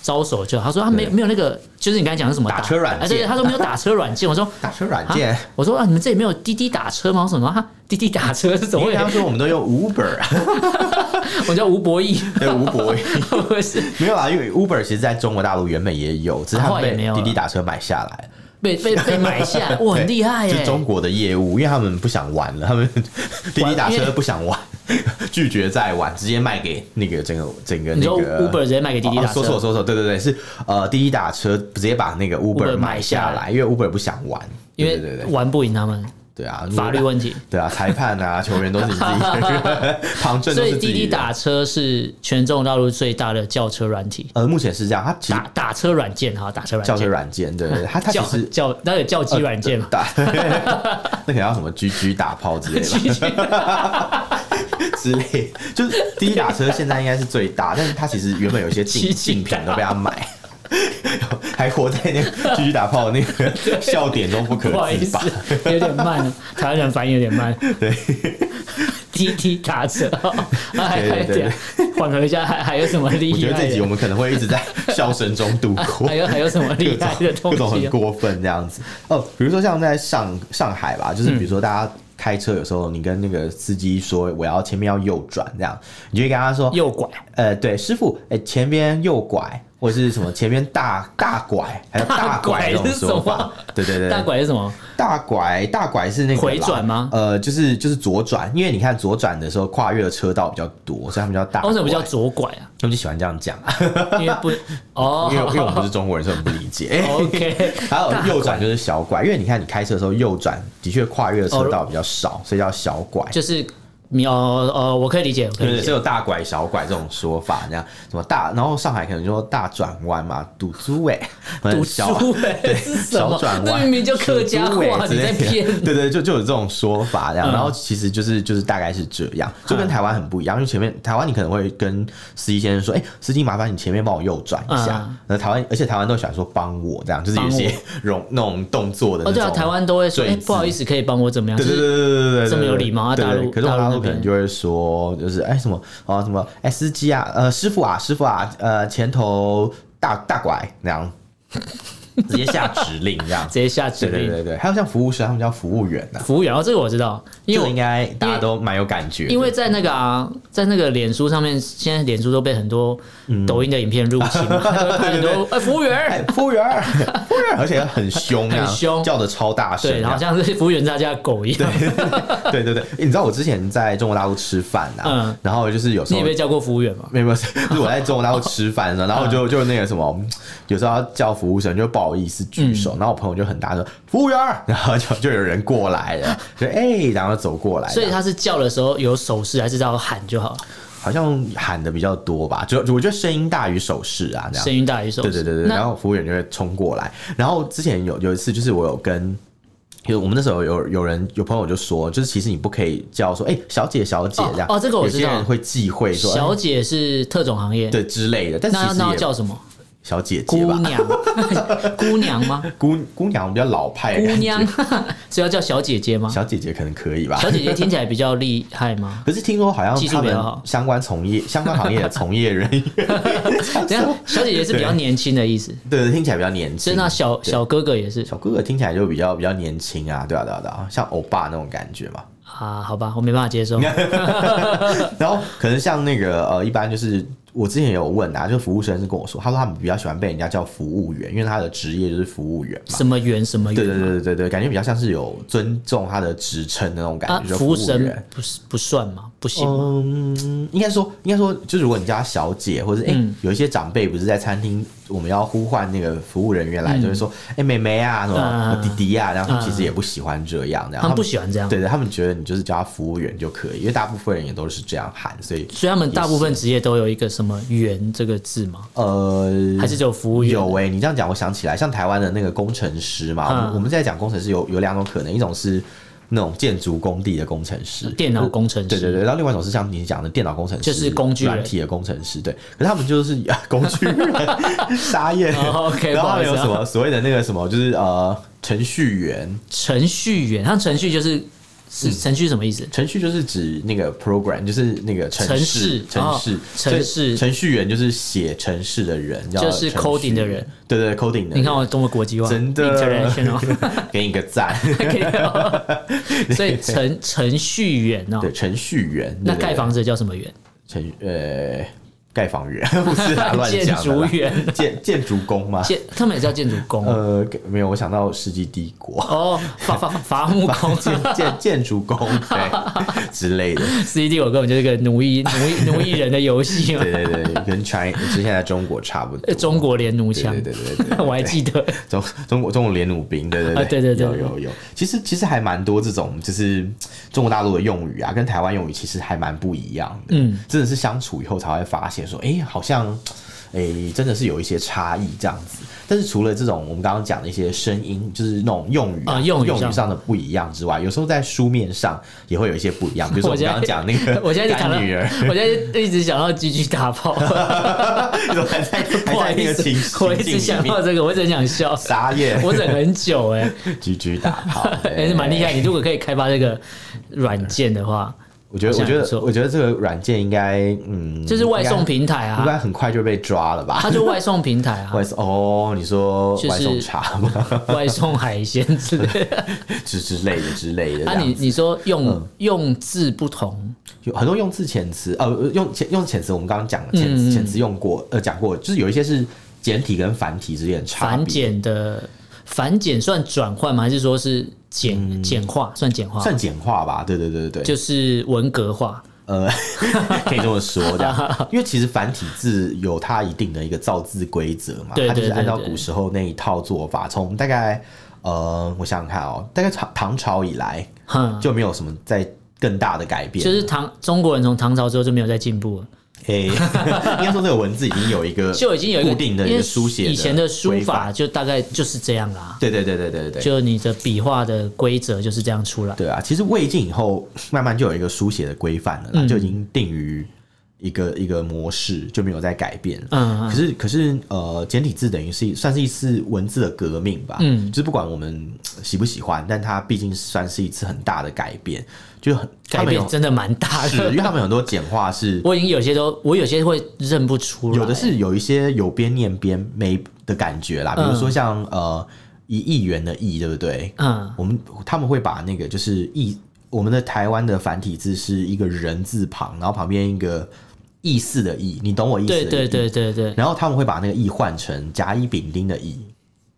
S1: 招手就，他说啊没有
S2: 对
S1: 没有那个，就是你刚才讲的什么
S2: 打车软件
S1: 哎对对他说没有打车软件，我说。
S2: (laughs) 打车软
S1: 啊
S2: 件。！
S1: 我说啊，你们这里没有滴滴打车吗？我说什么？哈，滴滴打车是怎么
S2: 因为
S1: 回
S2: 他们
S1: 事？
S2: 说我们都用 Uber，啊
S1: (laughs) 我叫吴博
S2: (laughs)
S1: 义，
S2: 对吴伯义
S1: 不是
S2: 没有啊，因为 Uber 其实在中国大陆原本也有，只是他
S1: 啊后
S2: 们
S1: 来也
S2: 被
S1: 没有了
S2: 滴滴打车买下来，
S1: 被被被买下来，哇，很厉害
S2: 对
S1: 耶
S2: 就！中国的业务，因为他们不想玩了，他
S1: (laughs)
S2: 们滴滴打
S1: 因为
S2: 车不想玩， (laughs) 拒绝再玩，直接卖给那个整个整个
S1: 你
S2: 那
S1: 说
S2: 个
S1: Uber 直接卖给滴滴
S2: 哦
S1: 打
S2: 哦说错
S1: 车，
S2: 说错，对对对，是呃滴滴打车直接把那个
S1: Uber
S2: Uber
S1: 买
S2: 买
S1: 下
S2: 下
S1: 来
S2: 来，因为 Uber 不想玩，
S1: 因
S2: 对对
S1: 为
S2: 对对
S1: 玩不赢他们，
S2: 对啊，
S1: 法律问题。
S2: 对啊，裁判
S1: (laughs)
S2: 啊，球员都是你自己的，旁证都
S1: 所
S2: 是
S1: 以
S2: 自己
S1: 滴滴
S2: 人
S1: 打车是全中国大陆最大的轿车软体，
S2: 呃目前是这样，它其实
S1: 打打车软件哈，打车软
S2: 叫车
S1: 件，
S2: 软件，对对对，它它其
S1: 叫
S2: 实
S1: 叫那有叫机软件嘛？
S2: 打， (laughs) 那可能要什么狙狙打炮之类的吧 (laughs) 之类，就是滴滴打车现在应该是最大，但是它其实原本有一些竞
S1: 狙击
S2: 竞品都被他买。还活在那个狙击打炮的那个 (laughs) 笑点中不呃可
S1: 不好意
S2: 自
S1: 思
S2: 拔，，
S1: 有点慢了，台湾人反应有点慢。
S2: (laughs) 对，
S1: 滴滴打车， (laughs) 哦哎还
S2: 对对
S1: 还
S2: 对
S1: 点缓和一下，还还有什么厉
S2: 我觉得
S1: 害
S2: 这集我
S1: 的？
S2: 们可能会一直在笑声中度过
S1: (laughs) 还。有还有什么厉害的
S2: 各
S1: 东
S2: 种很
S1: 西啊？
S2: 过分这样子哦，比如说像在上上海吧，就是比
S1: 嗯
S2: 如说大家开车有时候你跟那个司机说我要前面要右转这样，你就会跟他说
S1: 右拐，
S2: 呃，对，师傅，哎、前边右拐，或者是什么前边大大拐，还有
S1: 大
S2: 大
S1: 拐
S2: 拐这种
S1: 是什
S2: 说
S1: 么
S2: 法。对对对，
S1: 大拐是什么？
S2: 大拐大拐是那个啦
S1: 回转吗
S2: 呃，就是就是左转，因为你看左转的时候跨越的车道比较多，所以他们叫大
S1: 哦
S2: 拐。
S1: 为什么叫左拐啊？
S2: 他们就喜欢这样讲，
S1: 因为不
S2: (laughs)
S1: 哦
S2: 因为因为我们不是中国人，所以我们不理解。
S1: (laughs) ，OK，
S2: 还有右转就是小拐，因为你看你开车的时候右转的确跨越的
S1: 哦
S2: 车道比较少，所以叫小拐。
S1: 就是你哦哦，我可以理解，我可
S2: 对
S1: 以理
S2: 对，
S1: 解
S2: 只。有大拐小拐这种说法，这样什么大，然后上海可能就说大转弯嘛，赌猪
S1: (laughs)
S2: 尾，
S1: 赌
S2: 呃小啊 (laughs)
S1: 猪哎，是什
S2: 小
S1: 么
S2: 转？
S1: 那
S2: 弯，哎
S1: 明明就客家
S2: 猪尾
S1: 话，
S2: 之
S1: 你
S2: 类
S1: 在
S2: 的
S1: 骗
S2: 对对，就就有这种说法这样，
S1: 嗯
S2: 然后其实就是就是大概是这样，就跟台湾很不一样，因为前面台湾你可能会跟司机先生说，哎，司机麻烦你前面帮我右转一下
S1: 嗯，
S2: 那台湾而且台湾都喜欢说帮我这样，就是有一些 (laughs) 容那种动作的
S1: 哦，
S2: 那
S1: 对
S2: 种。
S1: 啊，台湾都会说，哎、
S2: 坠子
S1: 不好意思，可以帮我怎么样？
S2: 对对对
S1: 啊就是
S2: 对对对，
S1: 这么有礼貌啊
S2: 对对
S1: 大陆
S2: 对可是我
S1: 大
S2: 们
S1: 陆
S2: 大
S1: 那
S2: 陆可能
S1: 边
S2: 就会说，就是哎什么啊什么哎司机啊呃师傅啊师傅啊呃前头大大拐那
S1: (laughs)
S2: 样，直接下指令这样
S1: 直。接下指
S2: 对
S1: 令。
S2: 对对对，还有像服务生，他们叫服务员呐、啊，
S1: 服务员，哦，这个我知道，因
S2: 这
S1: 为
S2: 个应
S1: 我
S2: 该大家都蛮有感觉的。
S1: 因为在那个啊，在那个脸书上面，现在脸书都被很多
S2: 嗯
S1: 抖音的影片入侵嘛，
S2: (laughs)
S1: 都会拍很多哎服务员，
S2: 哎，服务员 (laughs) 儿，服务员儿，而且很凶啊，
S1: 很凶
S2: 叫的超大声
S1: 对，
S2: 这
S1: 然
S2: 样。
S1: 后像是服务员大家的狗一样，
S2: 对对对，你知道我之前在中国大陆吃饭啊，
S1: 嗯
S2: 然后就是有时
S1: 你
S2: 候
S1: 有没有嗯叫过服务员嘛？
S2: 没有，没有， (laughs) 就是我在中国大陆吃饭的
S1: (laughs)
S2: 时候，然后就就那个什么，有时候要叫服务生就不好意思举手，
S1: 嗯
S2: 然后我朋友就很大声服务员儿， (laughs) 然后就就有人过
S1: (laughs)
S2: 来了，就哎、然后走过来，
S1: 所以他是叫的时候有手势，还是要喊就好？
S2: 好像喊的比较多吧，就就我觉得声音大于手势啊，这样
S1: 声。音大于手
S2: 对
S1: 势。
S2: 对对对，
S1: 那
S2: 然后服务员就会冲过来。然后之前有有一次，就是我有跟。有我们那时候有有人有朋友就说，就是其实你不可以叫说，哎、小姐小姐
S1: 哦
S2: 这样
S1: 哦这个我
S2: 有
S1: 知
S2: 些
S1: 道
S2: 人会忌讳说
S1: 小
S2: 哎
S1: 姐是特种行业，
S2: 对之类的，但
S1: 那
S2: 其实
S1: 那要
S2: 也
S1: 叫什么？
S2: 小姐姐
S1: 姑
S2: 吧，
S1: 娘，
S2: (laughs)
S1: 姑娘吗？
S2: 姑姑娘比较老派
S1: 姑
S2: 的感觉，
S1: 娘是要叫小姐姐吗？
S2: 哎小姐姐可能可以吧
S1: 小。姐姐听起来比较厉害
S2: (laughs)
S1: 吗？
S2: 可是听说好像
S1: 技术
S2: 他
S1: 比
S2: 们
S1: 较好
S2: 相关从
S1: (laughs)
S2: 业、相关行业的从业人员，
S1: 等一下，小姐姐是比较年轻的意思，
S2: (laughs) 对对，听起来比较年轻
S1: 所以。那小小哥哥也是
S2: 小哥哥听起来就比较比较年轻啊，对啊对啊对啊，像欧巴那种感觉嘛。
S1: 啊，好吧，我没办法
S2: (laughs)
S1: 接受。
S2: 然后可能像那个呃，一般就是我之前有问啊，就服务生是跟我说，他说他们比较喜欢被人家叫服务员，因为他的职业就是服务员嘛。
S1: 什么圆什么圆？
S2: 对对对对对对，感觉比较像是有尊重他的职称的那种感
S1: 啊
S2: 觉，，就
S1: 服
S2: 服
S1: 务
S2: 务员
S1: 生。不是不算吗？不行吗，
S2: 嗯，应该说，应该说，就是如果你叫他小姐，或者哎、诶
S1: 嗯
S2: 有一些长辈不是在餐厅，我们要呼唤那个服务人员来，就会说，哎、妹妹啊，什么、
S1: 嗯啊
S2: 弟弟啊，然后他们
S1: 啊
S2: 其实也不喜欢这样，然
S1: 他
S2: 后
S1: 们不喜欢这样，
S2: 对对，他们觉得你就是叫他服务员就可以，因为大部分人也都是这样喊，所以
S1: 所以他们大部分职业都有一个什么“圆”这个字吗？
S2: 呃，
S1: 还是只有服务员？
S2: 有哎、你这样讲，我想起来，像台湾的那个工程师嘛，我
S1: 嗯
S2: 们我们在讲工程师有有两种可能，一种是那种建筑工地的工程师，
S1: 电脑工程师，
S2: 对对对，然后另外一种是像你讲的电脑工程师，
S1: 就是工具人
S2: 软体的工程师，对。可是他们就是 (laughs) 啊工具人，沙燕。
S1: 哦，OK，
S2: 然后他们有
S1: 不好意思啊
S2: 什么所谓的那个什么，就是呃程序员，
S1: 程序员，他程序就是
S2: 嗯
S1: 是程序什么意思？
S2: 程序就是指那个 program，就是那个程
S1: 程
S2: 式
S1: 式，
S2: 程
S1: 哦
S2: 式，
S1: 程
S2: 所以
S1: 式
S2: 程序员就是写程式的人，叫
S1: 就
S2: 程
S1: 是
S2: 序
S1: coding 的人，
S2: 对对对，coding 的人。
S1: 你看我哦多么国际化，
S2: 真的
S1: international，
S2: (laughs) 给你个
S1: (laughs)
S2: 赞，
S1: 可以哦 (laughs) 所以
S2: (laughs)
S1: 程程序员哦
S2: 对，，程序员。
S1: 那
S2: 对对
S1: 盖
S2: 对
S1: 房子叫什么员？
S2: 程呃盖房员 (laughs) 不是啦乱
S1: (laughs) 建
S2: 讲的
S1: 筑
S2: 啦，
S1: 员，
S2: 建建筑工吗？
S1: 建他们也叫建筑工哦
S2: 啊呃，给没有，我想到《世纪帝国》 (laughs)
S1: 哦，伐伐伐木工
S2: 建建建筑工对之类的，
S1: C D 我根本就是个奴役奴役奴役人的游戏嘛
S2: 对，对对，跟 China 之前在中国差不多
S1: (laughs) 呃。中国连奴
S2: 对
S1: 枪
S2: 对，对对对对，
S1: (laughs) 我还记得
S2: 中 (laughs) 中国中国连弩兵，对对对，
S1: 啊对对对
S2: 有
S1: 对
S2: 有有，其实其实还蛮多这种，就是中国大陆的用语啊，跟台湾用语其实还蛮不一样的。
S1: 嗯，
S2: 真的是相处以后才会发现说，哎、好像，哎、真的是有一些差异这样子。但是除了这种我们刚刚讲的一些声音，就是那种用语
S1: 啊用语上
S2: 语上的不一样之外，有时候在书面上也会有一些不一样。比如说我
S1: 我
S2: 们
S1: 现
S2: 刚
S1: 在
S2: 刚讲那个
S1: (laughs) 我现在就想到
S2: 干女儿， (laughs)
S1: 我现在就一直想到狙击大炮，
S2: 怎么还在 (laughs) 还
S1: 不好
S2: 在那
S1: 意
S2: 个
S1: 思
S2: 情，
S1: (laughs) 我一
S2: 情
S1: 直
S2: 境
S1: 想
S2: 里面
S1: 到这个，我一直很想笑，
S2: (laughs) 傻眼，
S1: 我忍很久
S2: (laughs)
S1: 哎、
S2: 狙狙打炮，
S1: (laughs) 还
S2: 对
S1: 是蛮
S2: 哎
S1: 厉害。你如果可以开发这个软件的话，
S2: 我觉得，
S1: 好
S2: 我
S1: 像
S2: 觉
S1: 不错
S2: 得，我觉得这个软件应该，嗯，
S1: 就是外送平
S2: 应该，
S1: 台
S2: 应
S1: 啊，
S2: 该很快就被抓了吧
S1: 它？就外送平台
S2: (laughs)
S1: 啊
S2: 外，送哦，你说
S1: 就是
S2: 外送茶吗？ (laughs)
S1: (laughs) 外送海鲜之类的。
S2: 之之类的之类的，这
S1: 啊，你
S2: 样子嗯
S1: 你说用用字不同，
S2: 有很多用字遣词，呃，用遣用遣词，我们刚刚讲了遣
S1: 嗯嗯
S2: 遣词用过，呃，讲过，就是有一些是简体跟繁体之间的差
S1: 繁
S2: 别，
S1: 简的繁简算转换吗？还是说是简简化算简化？
S2: 嗯算简化吧？对对对对对，
S1: 就是文革化 (laughs)
S2: 呃，可以这么说这样，因为其实繁体字有它一定的一个造字规则嘛，
S1: 对
S2: 它就是
S1: 对对
S2: 按照
S1: 对
S2: 古时候那一套做法，从大概呃，我想想看哦，大概唐唐朝以来
S1: 哼，
S2: 就没有什么再更大的改变，
S1: 嗯就是唐中国人从唐朝之后就没有再进步了，
S2: 诶， (laughs) 应该说这个文字已经有一个
S1: (laughs) 就已经有一个
S2: 呃固定的一
S1: 因
S2: 个
S1: 为
S2: 书写
S1: 以前的
S2: 的
S1: 书
S2: 规
S1: 法，就大概就是这样啦。
S2: 对对对对对对对。
S1: 就你的笔画的规则就是这样出来，
S2: 对啊，其实魏晋以后慢慢就有一个书写的规范了啦，
S1: 嗯
S2: 就已经定于一个一个模式，就没有再改变了。
S1: 嗯嗯
S2: 可是可是呃，简体字等于是一算是一次文字的革命吧，
S1: 嗯
S2: 就是不管我们呃喜不喜欢，但它毕竟算是一次很大的改变，就很
S1: 改变
S2: 他们
S1: 真的蛮大
S2: 有是，因为
S1: 的。
S2: 他们很多简化是
S1: 我已经有些都，我有些会认不出来。
S2: 有的是有一些有边念边没的感觉啦，比如说像、呃一亿元的亿，对不对？
S1: 嗯，
S2: 我们他们会把那个就是意，我们的台湾的繁体字是一个人字旁，然后旁边一个意思的意，你懂我意思的
S1: 对
S2: 意？
S1: 对对对对，
S2: 然后他们会把那个意换成甲乙丙丁的乙，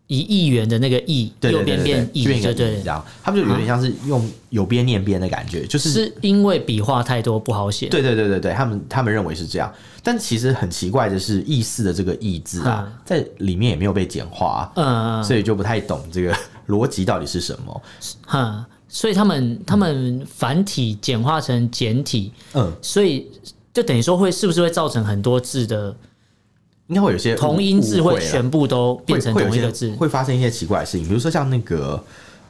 S1: 一亿元的那个亿，
S2: 对对对
S1: 右边
S2: 对
S1: 变
S2: 对，
S1: 亿，
S2: 就变一
S1: 对
S2: 个
S1: 对
S2: 乙这，样，他们就有点像是用有边念边的感觉，就是
S1: 是因为笔画太多不好写。
S2: 对对对对对，他们他们认为是这样，但其实很奇怪的是，意思的这个意字啊
S1: 嗯，
S2: 在里面也没有被简化、啊，
S1: 嗯，
S2: 所以就不太懂这个 (laughs) 逻辑到底是什么。
S1: 哈，所以他们他们繁体简化成简体，
S2: 嗯，
S1: 所以就等于说会是不是会造成很多字的
S2: 应该会有一些
S1: 同音字
S2: 误会
S1: 会
S2: 啦
S1: 全部都变成
S2: 会会有
S1: 同一
S2: 些
S1: 个字？
S2: 会发生一些奇怪的事情，比如说像那个。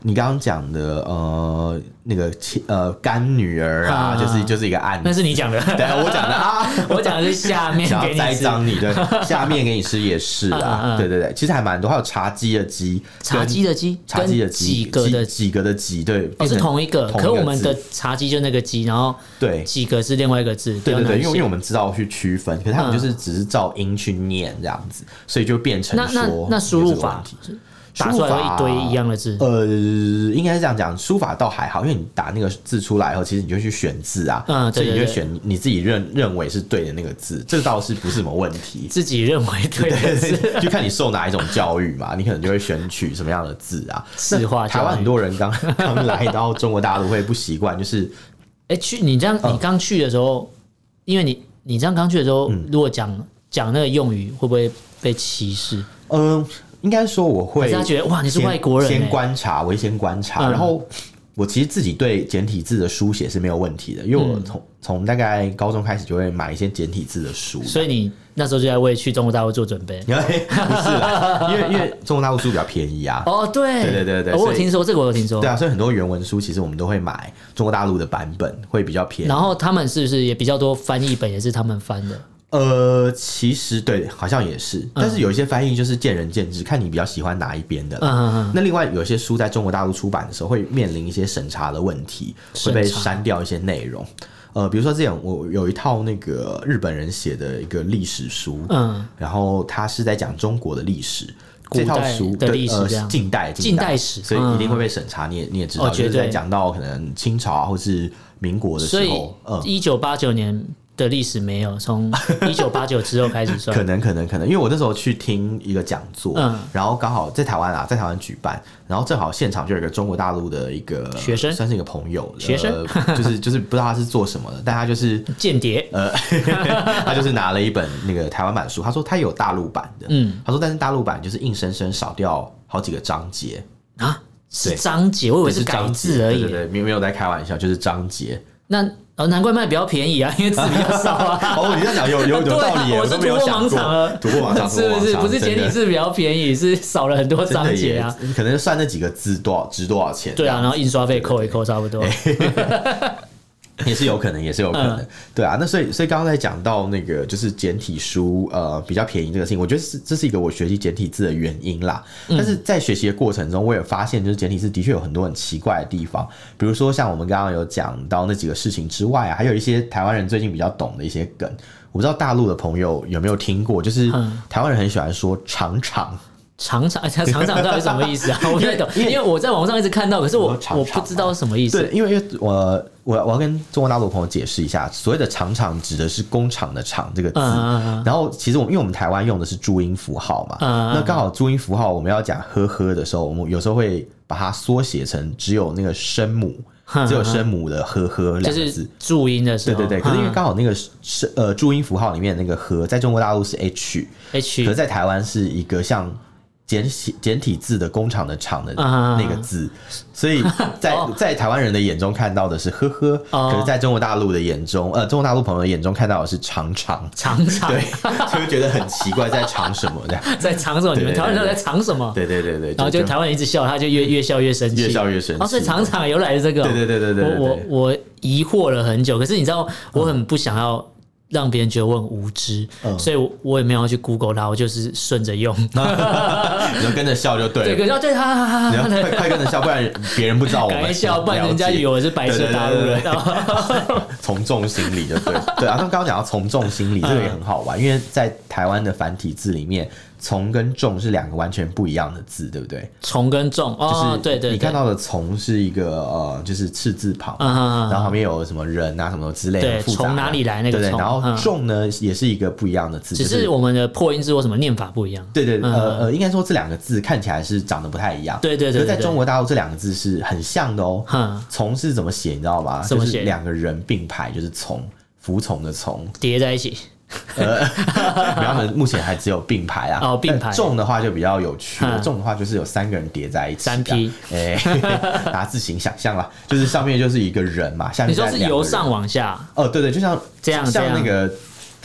S2: 你刚刚讲的呃，那个亲呃干女儿啊，
S1: 啊
S2: 就是就是一个案
S1: 那
S2: 子，
S1: 是你讲的，
S2: 对我讲的啊，
S1: (laughs) 我讲的是下面
S2: 想
S1: 给
S2: 要
S1: 你
S2: 栽
S1: 吃
S2: 赃你，对，下面给你吃也是
S1: 嗯嗯
S2: 啦，
S1: 嗯
S2: 对对对，其实还蛮多，还有茶几的鸡，
S1: (laughs) 茶几的鸡，
S2: 跟茶几的
S1: 跟
S2: 鸡，
S1: 几个的
S2: 几几个的几，对，
S1: 哦，
S2: 变
S1: 是
S2: 成
S1: 同一个，
S2: 同一
S1: 可我
S2: 个
S1: 们
S2: 字
S1: 的茶几就那个鸡，然后
S2: 对
S1: 几个是另外一个字，
S2: 对对对，因为因为
S1: 为
S2: 我们知道去区分，可是他们就是只是照音去念这样子，所以就变成
S1: 嗯那那
S2: 说
S1: 那输
S2: 有
S1: 入
S2: 这个
S1: 法
S2: 问题
S1: 打出来会一
S2: 输入
S1: 堆
S2: 法
S1: 一样的字，
S2: 呃，应该是这样讲，书法倒还好，因为你打那个字出来以后，其实你就去选字啊，
S1: 嗯
S2: 所
S1: 对对
S2: 以你
S1: 对。
S2: 就选你自己认认为是对的那个字，这倒是不是什么问题
S1: 自己认为对的字，
S2: (laughs) 就看你受哪一种教育嘛，你可能就会选取什么样的字
S1: (laughs)
S2: 啊。
S1: 字画
S2: 台湾很多人刚刚来到中国大陆会不习惯，就是
S1: 哎、去你这样，
S2: 啊
S1: 你刚去的时候，因为你你这样刚去的时候，
S2: 嗯
S1: 如果讲讲那个用语，会不会被歧视？
S2: 嗯，应该说我
S1: 还
S2: 会
S1: 是他觉得哇，你是
S2: 先
S1: 外国人、欸，
S2: 先观察，我会先观察，
S1: 嗯
S2: 然后我其实自己对简体字的书写是没有问题的，因为
S1: 嗯
S2: 我从从大概高中开始就会买一些简体字的书，
S1: 所以你那时候就在为去中国大陆做准备。
S2: 因为 (laughs) 不是啦，因为因为中国大陆书比较便宜啊。
S1: 哦，对，
S2: 对对对对
S1: 哦我
S2: 所
S1: 有
S2: 以
S1: 听说这个，我有听说。
S2: 对啊，所以很多原文书其实我们都会买中国大陆的版本，会比较便宜
S1: 然。后他们是不是也比较多翻译本也是他们翻的？
S2: 呃，其实对，好像也是，
S1: 嗯
S2: 但是有一些翻译就是见仁见智，看你比较喜欢哪一边的啦。
S1: 嗯嗯嗯，
S2: 那另外有些书在中国大陆出版的时候，会面临一些审查的问题，会
S1: 审查
S2: 被删掉一些内容。呃，比如说之前我有一套那个日本人写的一个历史书，
S1: 嗯，
S2: 然后他是在讲中国的历史。
S1: 古
S2: 这
S1: 代
S2: 套书
S1: 的
S2: 对
S1: 历史
S2: 呃
S1: 这样
S2: 近代
S1: 近代史
S2: 所以
S1: 嗯
S2: 一定会被审查。你也你也知道，
S1: 哦
S2: 就
S1: 绝
S2: 是在
S1: 对
S2: 讲到可能清朝啊，或是民国的时
S1: 所以
S2: 候，嗯，
S1: 一九八九年的历史没有，从一九八九之后开始
S2: (laughs)
S1: 算
S2: 可。能可能可能，因为我那时候去听一个讲座，
S1: 嗯
S2: 然后刚好在台湾啊，在台湾举办，然后正好现场就有一个中国大陆的一个
S1: 学生
S2: 算是一个朋友，
S1: 学生
S2: 呃 (laughs) 就是就是不知道他是做什么的，但他就是 (laughs)
S1: 间谍，
S2: 呃，他就是拿了一本那个台湾版书，他说他有大陆版的，
S1: 嗯
S2: 他说但是大陆版就是硬生生少掉好几个章节，
S1: 啊，是
S2: 对
S1: 章节，我以为
S2: 对，
S1: 是改
S2: 章节
S1: 字而已。
S2: 对对对，没有没有在开玩笑，就是章节。 (laughs)
S1: 那哦，难怪卖比较便宜啊， (laughs) 因为字比较少啊。
S2: 哦，你这样讲有有有道理耶，
S1: (laughs) 对啊我是
S2: 都没有
S1: 突破
S2: 想
S1: 盲场
S2: 过
S1: 了，
S2: 突破盲场，
S1: (laughs) 是不是不是
S2: 简
S1: 简体字比较便宜，是少了很多
S2: 真
S1: 章
S2: 的
S1: 节
S2: 耶
S1: 啊？，
S2: 可能算那几个字多少值多少钱？
S1: 对啊，然后印刷费扣
S2: 对
S1: 一扣差不多。
S2: 哎也是有可能，也 (laughs) 是有可
S1: 嗯
S2: 能，对啊。那所以所以刚刚在讲到那个就是简体书呃比较便宜这个事情，我觉得是这是一个我学习简体字的原因啦。
S1: 嗯
S2: 但是在学习的过程中，我也发现就是简体字的确有很多很奇怪的地方，比如说像我们刚刚有讲到那几个事情之外啊，还有一些台湾人最近比较懂的一些梗。我不知道大陆的朋友有没有听过，就是
S1: 嗯
S2: 台湾人很喜欢说“常常
S1: 厂长，哎厂长到底什么
S2: (laughs)
S1: 意思啊？我不太懂，
S2: 因
S1: 因
S2: 为
S1: 为我在网上一直看到，可是我
S2: 我常
S1: 我
S2: 常
S1: 不知道什么意”，思
S2: 啊对，因为因为我我我要跟中国大陆的朋友解释一下，所谓的“常常”指的是工厂的“厂”这个字，
S1: 嗯嗯嗯
S2: 然后其实我们因为我们台湾用的是注音符号嘛，
S1: 嗯
S2: 那刚好注音符号我们要讲呵呵的时候，我们有时候会把它缩写成只有那个声母，
S1: 嗯
S2: 只有声母的呵呵
S1: 就
S2: 两个
S1: 是
S2: 字。
S1: 注音的时
S2: 对
S1: 候。
S2: 对对，可是因为
S1: 嗯
S2: 刚好那个是呃注音符号里面那个和在中国大陆是 H，可是
S1: H
S2: 在台湾是一个像简写简体字的工厂的厂的
S1: 嗯
S2: 那个字，所
S1: (laughs)
S2: 以在
S1: 哦
S2: 在台湾人的眼中看到的是呵呵，
S1: 哦
S2: 可是在中国大陆的眼中，
S1: (laughs)
S2: 呃，中国大陆朋友的眼中看到的是常常。
S1: 厂长 (laughs)
S2: 对，就会觉得很奇怪，在藏什么这样？
S1: 在藏什么？你们
S2: 对对对
S1: 台湾人在藏什么？
S2: 对对对对，
S1: 然后就台湾人一直笑，他就越越笑越生气，
S2: 越笑越生气
S1: 哦，所以厂长由来的这个哦，
S2: 对对对对对对对
S1: 我我我疑惑了很久，可是你知道，我很不想要让别人觉得我很无知，
S2: 嗯
S1: 所以我我也没有去 Google 它，我就是顺着用。
S2: 你就跟着笑就 (laughs) 对
S1: 对，可
S2: 了，
S1: 是哦要对他哈哈
S2: 你要
S1: 哈哈
S2: 快快跟着笑，不然别人不知道我
S1: (laughs) 赶快
S2: 们
S1: 笑，不然人家以为我是白痴大陆
S2: 对
S1: 人
S2: 对对。 (laughs) 从众心理，就对
S1: (laughs)
S2: 对啊。他们刚刚讲到从众心
S1: 嗯
S2: 理，这个也很好玩，因为在台湾的繁体字里面，从跟众是两个完全不一样的字，对不对？
S1: 重跟重
S2: 就是
S1: 哦，对对，
S2: 你看
S1: 对，
S2: 到的从是一个呃，就是赤字旁，
S1: 嗯嗯
S2: 然后
S1: 嗯，
S2: 旁边有什么人啊什么之类的，
S1: 对
S2: 很复杂的
S1: 从哪里来那个
S2: 对对，
S1: 从
S2: 然后
S1: 嗯
S2: 众呢也是一个不一样的字，
S1: 只
S2: 就是
S1: 我们的破音字或什么念法不一样。
S2: 对对，
S1: 嗯
S2: 呃呃，应该说这两个字看起来是长得不太一样。
S1: 对对对
S2: 可是在
S1: 对对
S2: 中国大陆这两个字是很像的哦。
S1: 哼，
S2: 从是怎么写，你知道吗？
S1: 怎么
S2: 就
S1: 写
S2: 是两个人并排，就是从服从的从，
S1: 叠在一起，
S2: 呃，然后呢，目前还只有并排啊。
S1: 哦并排
S2: 但重的话就比较有趣了，
S1: 嗯
S2: 重的话就是有三个人叠在一起。
S1: 三批，
S2: 哎， (laughs) 大家自行想象啦，就是上面就是一个人嘛，下面
S1: 你说
S2: 再
S1: 是
S2: 两个
S1: 由
S2: 人
S1: 上往下 (laughs)
S2: 哦，对对，就像
S1: 这样
S2: 像
S1: 这样
S2: 那个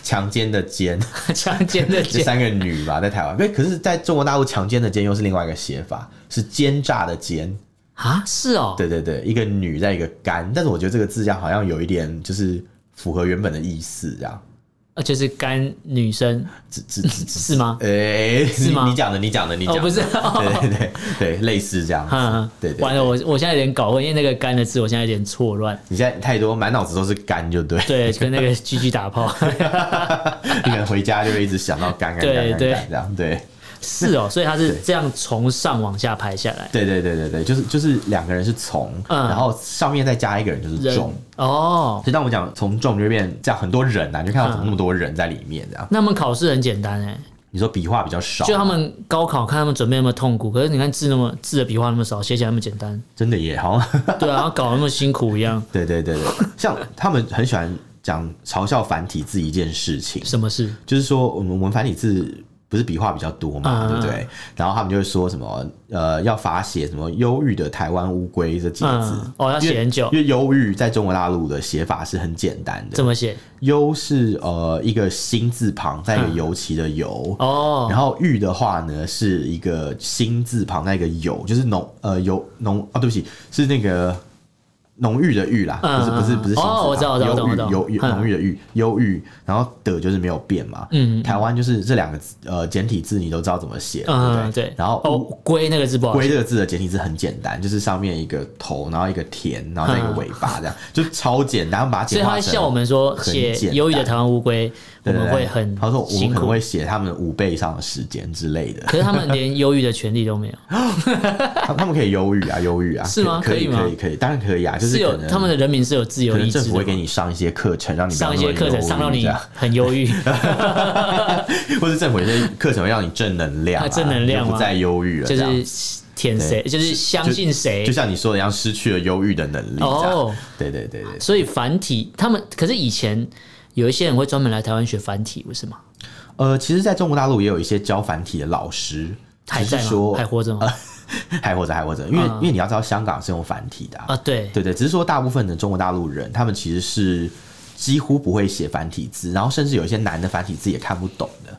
S2: 强奸的奸，
S1: 强奸
S2: (laughs)
S1: 的
S2: 这
S1: 奸，
S2: 三个女
S1: (laughs)
S2: 吧，在台湾。对，可是在中国大陆强奸的奸又是另外一个写法，是奸诈的奸。
S1: 啊？是哦，
S2: 对对对，一个女在一个干，但是我觉得这个字样好像有一点就是符合原本的意思，这样。
S1: 呃，就是干女生
S2: 只只只
S1: (laughs)
S2: 只，
S1: 是吗？
S2: 哎、
S1: 是吗
S2: 你你讲的，你讲的，你讲
S1: 哦，
S2: 的，
S1: 不是，
S2: 对对对对，类似这样子。
S1: 哈，
S2: 对对对
S1: 完了，我我现在有点搞混，因为那个“干”的字，我现在有点
S2: (laughs)
S1: 错乱。
S2: 你现在太多，满脑子都是干，就对。
S1: 对，跟那个 “GG” 打炮 (laughs)
S2: 你可能回家就 (laughs) 会一直想到干干干
S1: 对
S2: 干
S1: 对
S2: 干这样，对。
S1: 是哦，所以它是
S2: 对
S1: 这样从上往下排下来。
S2: 对对对对对，就是就是两个人是从，
S1: 嗯
S2: 然后上面再加一个人就是
S1: 人
S2: 重。
S1: 哦，
S2: 所以当我们讲从众，就变这样很多人呐、啊你就看到怎么那么多人在里面这样。
S1: 那他们考试很简单哎，
S2: 你说笔画比较少，
S1: 就他们高考看他们准备那么痛苦，可是你看字那么字的笔画那么少，写起来那么简单，
S2: 真的也好像， (laughs)
S1: 对啊，然后搞得那么辛苦一样，
S2: 对对对对，像他们很喜欢讲嘲笑繁体字一件事情，
S1: 什么事？
S2: 就是说我们我们繁体字不是笔画比较多嘛，
S1: 嗯
S2: 对不对？然后他们就会说什么呃要罚写什么忧郁的台湾乌龟这几个字。
S1: 嗯，哦，要写很久，
S2: 因为忧郁在中国大陆的写法是很简单的
S1: 怎，么写？
S2: 忧是呃一个心字旁，在一
S1: 嗯
S2: 个尤其的尤，
S1: 哦，
S2: 然后玉的话呢，是一个心字旁那个有，就是浓呃有浓啊，对不起，是那个浓郁的郁啦，
S1: 嗯
S2: 不是不是不是心字旁，
S1: 哦我知道我知道
S2: 忧
S1: 我
S2: 郁
S1: 知道
S2: 忧郁
S1: 嗯
S2: 浓郁的郁，忧郁，然后的就是没有变嘛。
S1: 嗯
S2: 台湾就是这两个字呃简体字你都知道怎么写，对
S1: 嗯，
S2: 不对
S1: 对，？
S2: 然后
S1: 哦
S2: 乌，
S1: 龟那个字不好写
S2: 龟这个字的简体字很简单，就是上面一个头，然后一个田，然后再一个尾巴，这样就超简单，把它
S1: 嗯所以
S2: 简
S1: 他
S2: 化
S1: 会
S2: 成
S1: 笑我们说
S2: 很
S1: 写
S2: 简
S1: 忧郁的
S2: 单
S1: 台湾乌龟，我
S2: 对对
S1: 们
S2: 对
S1: 会很
S2: 他说我们
S1: 辛
S2: 可能
S1: 苦
S2: 会，写他们五倍以上的时间之类的。
S1: 可是他们连忧郁的权利都没有，
S2: 他他们可以忧郁啊，忧郁啊，
S1: 是吗
S2: 可以
S1: 可以吗
S2: 可以可以，当然可以啊，就是
S1: 是有
S2: 可能
S1: 他们的人民是有自由
S2: 可能
S1: 意志
S2: 政府会给
S1: 的。
S2: 你上一些课程，让你不要
S1: 上一些课
S2: 那么
S1: 程
S2: 忧郁啊
S1: 上到
S2: (laughs)
S1: 你
S2: 这样
S1: 很忧郁，
S2: (laughs)
S1: (laughs)
S2: 或是政府有些课程会让你正能量啊，
S1: 啊正能量
S2: 你就不
S1: 吗
S2: 再忧郁了，
S1: 就
S2: 这样
S1: 是舔谁，
S2: 对
S1: 就是相信谁
S2: 就。像你说的一样，失去了忧郁的能力。哦
S1: 哦，
S2: 对对对对，
S1: 所以繁体他们可是以前有一些人会专门来台湾学繁体，不是吗？
S2: 呃，其实在中国大陆也有一些教繁体的老师，
S1: 还
S2: 只是
S1: 在吗？
S2: 说啊
S1: 还活着吗？
S2: 还活着，还活着，因为
S1: 嗯
S2: 因为你要知道，香港是用繁体的啊
S1: 啊，对，
S2: 对对，只是说大部分的中国大陆人，他们其实是几乎不会写繁体字，然后甚至有一些难的繁体字也看不懂的。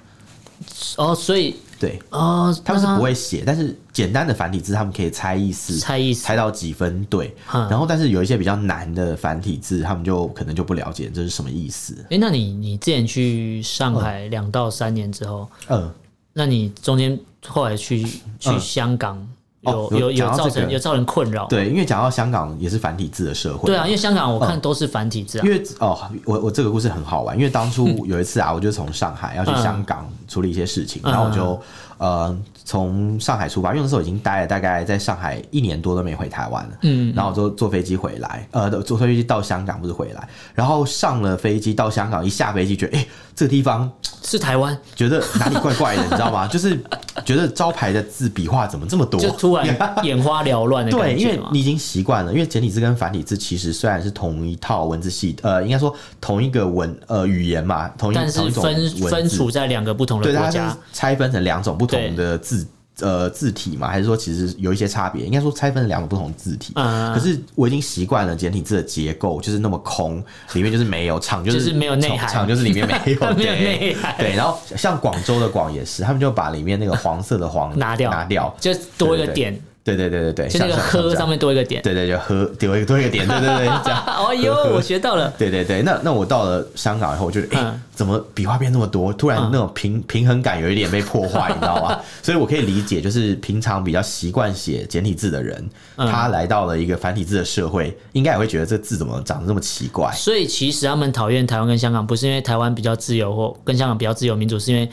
S1: 哦，所以
S2: 对，
S1: 哦，
S2: 他们是
S1: 那
S2: 不会写，但是简单的繁体字他们可以猜意思，
S1: 猜意思
S2: 猜到几分对。
S1: 嗯
S2: 然后，但是有一些比较难的繁体字，他们就可能就不了解这是什么意思。
S1: 哎，那你你之前去上海两到三年之后，
S2: 嗯，
S1: 那你中间后来去去香港，有
S2: 哦
S1: 有
S2: 有
S1: 有
S2: 讲到
S1: 造
S2: 这
S1: 成
S2: 个
S1: 有造成困扰？
S2: 对，因为讲到香港也是繁体字的社会。
S1: 对啊，因为香港我看都是繁体字啊
S2: 嗯因。为哦，我我这个故事很好玩，因为当初有一次啊，我就从上海要去香港处理一些事情，
S1: 嗯
S2: 然后我就呃从上海出发，因为那时候已经待了大概在上海一年多都没回台湾了，嗯，然后我就坐飞机回来，呃，坐飞机到香港不是回来，然后上了飞机到香港，一下飞机觉得哎、诶这个地方
S1: 是台湾，
S2: 觉得哪里怪怪的，你知道吗？就是觉得招牌的字笔画怎么这么多，
S1: 就
S2: (laughs)
S1: 突然眼花缭乱的
S2: 对，
S1: 感
S2: 因
S1: 觉
S2: 为
S1: 嘛。
S2: 你已经习惯了，因为简体字跟繁体字其实虽然是同一套文字系，呃，应该说同一个文呃语言嘛，同一
S1: 但是
S2: 同一种
S1: 分
S2: 文
S1: 分
S2: 字，
S1: 处在两个不同的
S2: 对，它
S1: 国
S2: 是
S1: 家，
S2: 拆分成两种不同的字呃字体嘛，还是说其实有一些差别？应该说拆分成两种不同的字体。
S1: 嗯
S2: 可是我已经习惯了简体字的结构，就是那么空，里面就是没有场，就是
S1: (laughs) 就是没有内涵
S2: 场就是里面没
S1: (laughs)
S2: 有
S1: 没有
S2: 对
S1: 内涵
S2: 对，然后像广州的广也是，他们就把里面那个黄色的黄
S1: 拿掉
S2: 拿掉。
S1: 就多一个
S2: 对对对
S1: 点，
S2: 对对对对对，
S1: 就那个
S2: 像像像这
S1: 喝
S2: 样
S1: 上面多一个点。
S2: 对对，就喝丢一个多一个点，对对对，这样。
S1: 哦呦，我学到了。
S2: 对对对，那那我到了香港以后，我就觉得，哎、
S1: 嗯
S2: 怎么笔画变那么多？突然
S1: 嗯
S2: 那种平、平衡感有一点被破坏，你知道吗？ (laughs) 所以我可以理解，就是平常比较习惯写简体字的人，
S1: 嗯
S2: 他来到了一个繁体字的社会，应该也会觉得这字怎么长得这么奇怪？
S1: 所以其实他们讨厌台湾跟香港，不是因为台湾比较自由或跟香港比较自由民主，是因为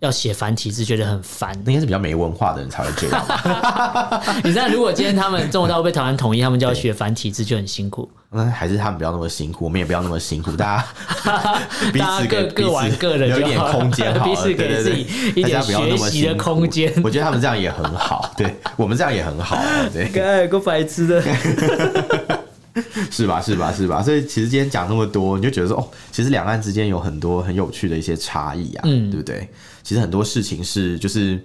S1: 要写繁体字觉得很烦。 (laughs)
S2: 那应该是比较没文化的人才会这样吧。 (laughs)
S1: 你知道，如果今天他们中国大陆被台湾统一，他们就要学繁体字，就很辛苦。
S2: 那还是他们不要那么辛苦，我们也不要那么辛苦，大家彼
S1: (laughs) 大
S2: 此
S1: 家各
S2: 给彼
S1: 各玩
S2: 此
S1: 各的
S2: 有一
S1: 就
S2: 点
S1: 好了，
S2: 空间好了，
S1: 彼此给
S2: 对对
S1: 自
S2: 对
S1: 己一
S2: 大
S1: 点
S2: 家不要那
S1: 学
S2: 么
S1: 习的
S2: 辛苦
S1: 空间。 (laughs)
S2: 我觉得他们这样也很好，对我们这样也很好啊，对。
S1: 该有个白痴的。
S2: 是吧？是吧？是吧？所以其实今天讲那么多，你就觉得说哦，其实两岸之间有很多很有趣的一些差异啊，
S1: 嗯
S2: 对不对？其实很多事情是就是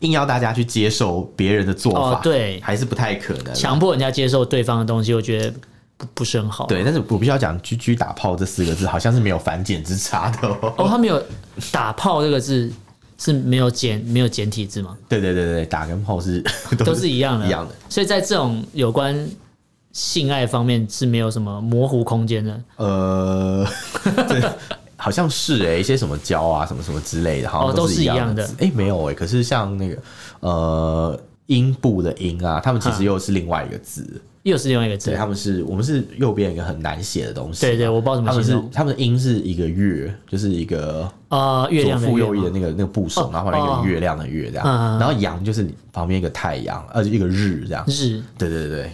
S2: 硬要大家去接受别人的做法，
S1: 哦对
S2: 还是不太可能啊。
S1: 强迫人家接受对方的东西，我觉得不不是很好。
S2: 对，但是我必须要讲“居居打炮”这四个字，好像是没有繁简之差的哦。
S1: 哦，他没有打炮这个字是没有简没有简体字吗？
S2: 对对对对，打跟炮是
S1: 都是一样的，
S2: 一样的。
S1: 所以在这种有关性爱方面是没有什么模糊空间的。
S2: 呃， (laughs) 对，好像是哎、一些什么胶啊，什么什么之类的，好
S1: 哦
S2: 像
S1: 都
S2: 是
S1: 是一
S2: 样
S1: 样的
S2: 字哎、没有哎、可是像那个呃阴部的阴啊，他们其实又是另外一个字，
S1: 又是另外一个字
S2: 对，，他们是我们是右边一个很难写的东西，啊
S1: 对对，我不知道怎
S2: 他
S1: 么
S2: 们
S1: 形
S2: 是
S1: 容。
S2: 他们的阴是一个月，就是一个
S1: 呃，月
S2: 左
S1: 亮的
S2: 腹右翼
S1: 月
S2: 的
S1: 吗
S2: 那个那个部首
S1: 哦，
S2: 然后旁边一
S1: 哦
S2: 个月亮的月这样，
S1: 嗯嗯嗯
S2: 然后阳就是旁边一个太阳，呃，一个日这样。
S1: 日
S2: 对对对对，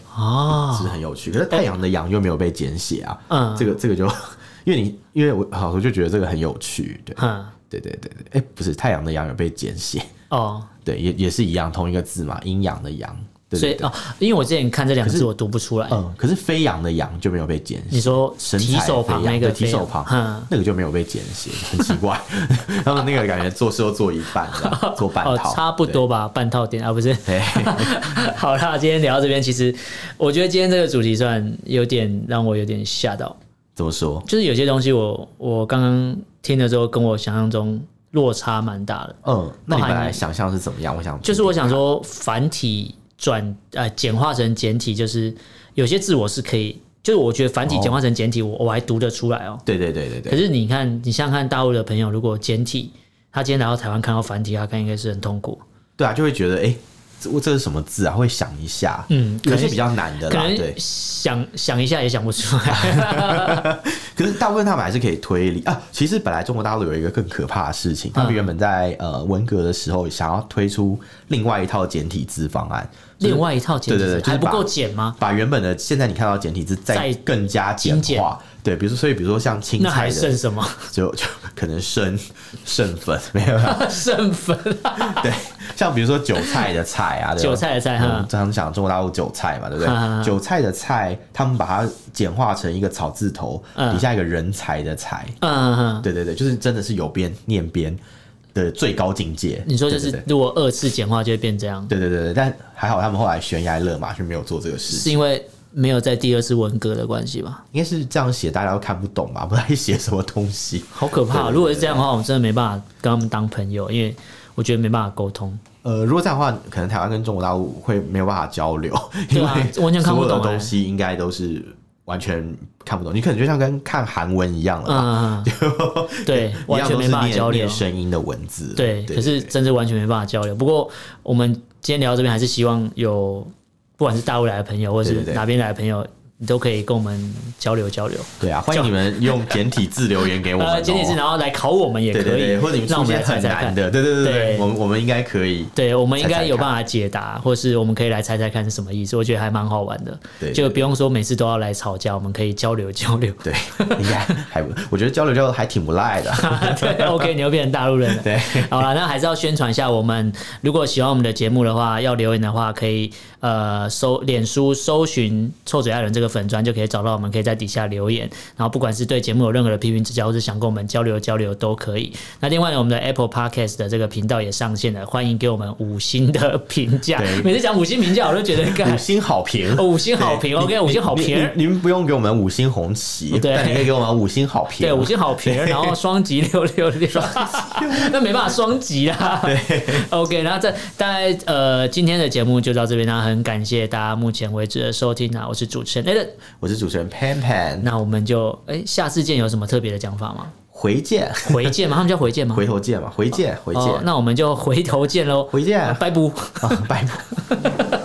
S2: 是
S1: 啊，
S2: 很有趣。可是太阳的阳又没有被简写啊，
S1: 嗯
S2: 这个这个就 (laughs) 因为你因为我好，我就觉得这个很有趣，对
S1: 嗯，
S2: 对对对对，哎、不是太阳的阳有被简写， (laughs)
S1: 哦，
S2: 对，也也是一样，同一个字嘛，阴阳的阳，对
S1: 所以
S2: 对对，
S1: 哦，因为我之前看这两个字我读不出来，
S2: 嗯，可是飞扬的扬就没有被简
S1: 你
S2: 写。
S1: 说
S2: 神
S1: 提
S2: 采
S1: 手
S2: 飞
S1: 旁
S2: 扬
S1: 那个
S2: 对提
S1: 飞
S2: 手
S1: 扬
S2: 旁，
S1: 嗯，
S2: 那个就没有被简写，很奇怪。 (laughs) 他们那个感觉做事都做一半这样，做半
S1: (laughs) 哦，
S2: 套，
S1: 差不多吧，半套点啊，不是。
S2: 对。嘿
S1: (laughs) 好啦，今天聊到这边，其实我觉得今天这个主题算有点让我有点吓到，
S2: 怎么说？
S1: 就是有些东西我我刚刚听了之后，跟我想象中落差蛮大的。
S2: 嗯，那你
S1: 包含
S2: 本来想象是怎么样？我想
S1: 就是我想说，繁体转呃简化成简体，就是有些字我是可以，就是我觉得繁体
S2: 哦
S1: 简化成简体，我我还读得出来哦。
S2: 对对对对对
S1: 可，是你看，你想想看，大陆的朋友如果简体，他今天来到台湾看到繁体，他看应该是很痛苦。
S2: 对啊，就会觉得哎、诶这这是什么字啊？会想一下，
S1: 嗯
S2: 有
S1: 可
S2: 些
S1: 能
S2: 比较难的
S1: 可
S2: 啦，
S1: 能
S2: 对。
S1: 想想一下也想不出来。
S2: (laughs)
S1: (laughs)
S2: 可是大部分他们还是可以推理啊。其实本来中国大陆有一个更可怕的事
S1: 嗯
S2: 情，他们原本在呃文革的时候想要推出另外一套简体字方案，就是
S1: 另外一套简
S2: 对对
S1: 体字
S2: 对就是
S1: 还不
S2: 把
S1: 够简
S2: (laughs)
S1: 吗？
S2: 把原本的现在你看到的简体字再
S1: 再
S2: 更加简
S1: 精简
S2: 化，对，比如说所以比如说像青
S1: 那
S2: 菜
S1: 还剩
S2: 的
S1: 什么？ (laughs)
S2: 就就可能剩剩粉没有啦，
S1: 剩粉啊
S2: 对，啊像比如说韭菜的菜啊，对吧
S1: 韭菜的菜哈
S2: 我们常讲中国大陆韭菜嘛，对不
S1: 哈哈
S2: 对？
S1: 哈
S2: 韭菜的菜，他们把它简化成一个草字头，
S1: 嗯
S2: 底下一个人才的才，
S1: 嗯，嗯，
S2: 对对对，就是真的是有边念边的最高境界。
S1: 你说就
S2: 对
S1: 是如果二次简化就会变这样，
S2: 对对对对对，但还好他们后来悬崖勒马是没有做这个事，
S1: 是因为没有在第二次文革的关系吧？
S2: 应该是这样写，大家都看不懂吧？不知道在写什么东西。
S1: 好可
S2: 对
S1: 怕！啊
S2: 对对
S1: 如果是这样的话，我真的没办法跟他们当朋友，因为我觉得没办法沟通。
S2: 呃，如果这样的话，可能台湾跟中国大陆会没有办法交流，因
S1: 对
S2: 为
S1: 啊完全看不
S2: 所有
S1: 懂
S2: 的
S1: 欸
S2: 东西应该都是完全看不懂。你可能就像跟看韩文一样了吧？ (laughs)
S1: 嗯，对，
S2: 一
S1: 完
S2: 样
S1: 全
S2: 都
S1: 没
S2: 是
S1: 办法
S2: 念
S1: 交流
S2: 念。声音的文字。
S1: 对，可是真是完全没办法交流。不过我们今天聊到这边，还是希望有不管是大陆来的朋友，或者
S2: 对
S1: 是
S2: 对对
S1: 哪边来的朋友，你都可以跟我们交流交流。
S2: 对啊，欢迎你们用简体字留言给我们、
S1: 呃，
S2: 哦。
S1: 简体字，然后来考我们也
S2: 对
S1: 可
S2: 对
S1: 以
S2: 对，，或者你们
S1: 让
S2: 出
S1: 我们
S2: 现
S1: 来猜
S2: 很
S1: 猜
S2: 难
S1: 看。
S2: 的，对对对对，
S1: 对
S2: 我们我们应该可以。
S1: 对，我们应
S2: 猜
S1: 该
S2: 猜
S1: 有
S2: 看
S1: 办法解答，或是我们可以来猜猜看是什么意思。我觉得还蛮好玩的，
S2: 对
S1: 就
S2: 对
S1: 不用说每次都要来吵架，我们可以交流交
S2: (laughs)
S1: 流。 (laughs)
S2: 对，应该还不，我觉得交流交流还挺不赖的。
S1: (laughs) 对，OK，你又变成大陆人了。
S2: 对，
S1: (laughs) 好了，那还是要宣传一下，我们如果喜欢我们的节目的话，要留言的话，可以呃搜脸书搜寻“臭嘴爱人”这个粉砖，就可以找到我们，可以在底下留言。然后不管是对节目有任何的批评指教，或是想跟我们交流交流都可以。那另外呢，我们的 Apple Podcast 的这个频道也上线了，欢迎给我们五星的 (laughs) 评价
S2: 对。
S1: 每次讲五星评价，我都觉得干
S2: 五星好评，
S1: 哎哦五星好评
S2: 对
S1: ，OK，
S2: 你
S1: 五星好
S2: 你
S1: 评。哦
S2: 你你们不用给我们五星红旗，
S1: 对
S2: 但你可以给我们五星好评。
S1: 对，五星好评，然后双击六六 (laughs) 六，那没办法双击啦。对，OK，然后这大概呃今天的节目就到这边，那很感谢大家目前为止的收听啊，我是主持人 a l n
S2: 我是主持人 Pan Pan，
S1: 那我们就哎下次见，有什么特别的讲法吗？
S2: 回见，
S1: 回见吗？他们叫回见吗？
S2: 回头见嘛，回见，回
S1: 哦
S2: 见，
S1: 那我们就回头见喽，
S2: 回见，
S1: 拜拜。
S2: 啊拜拜。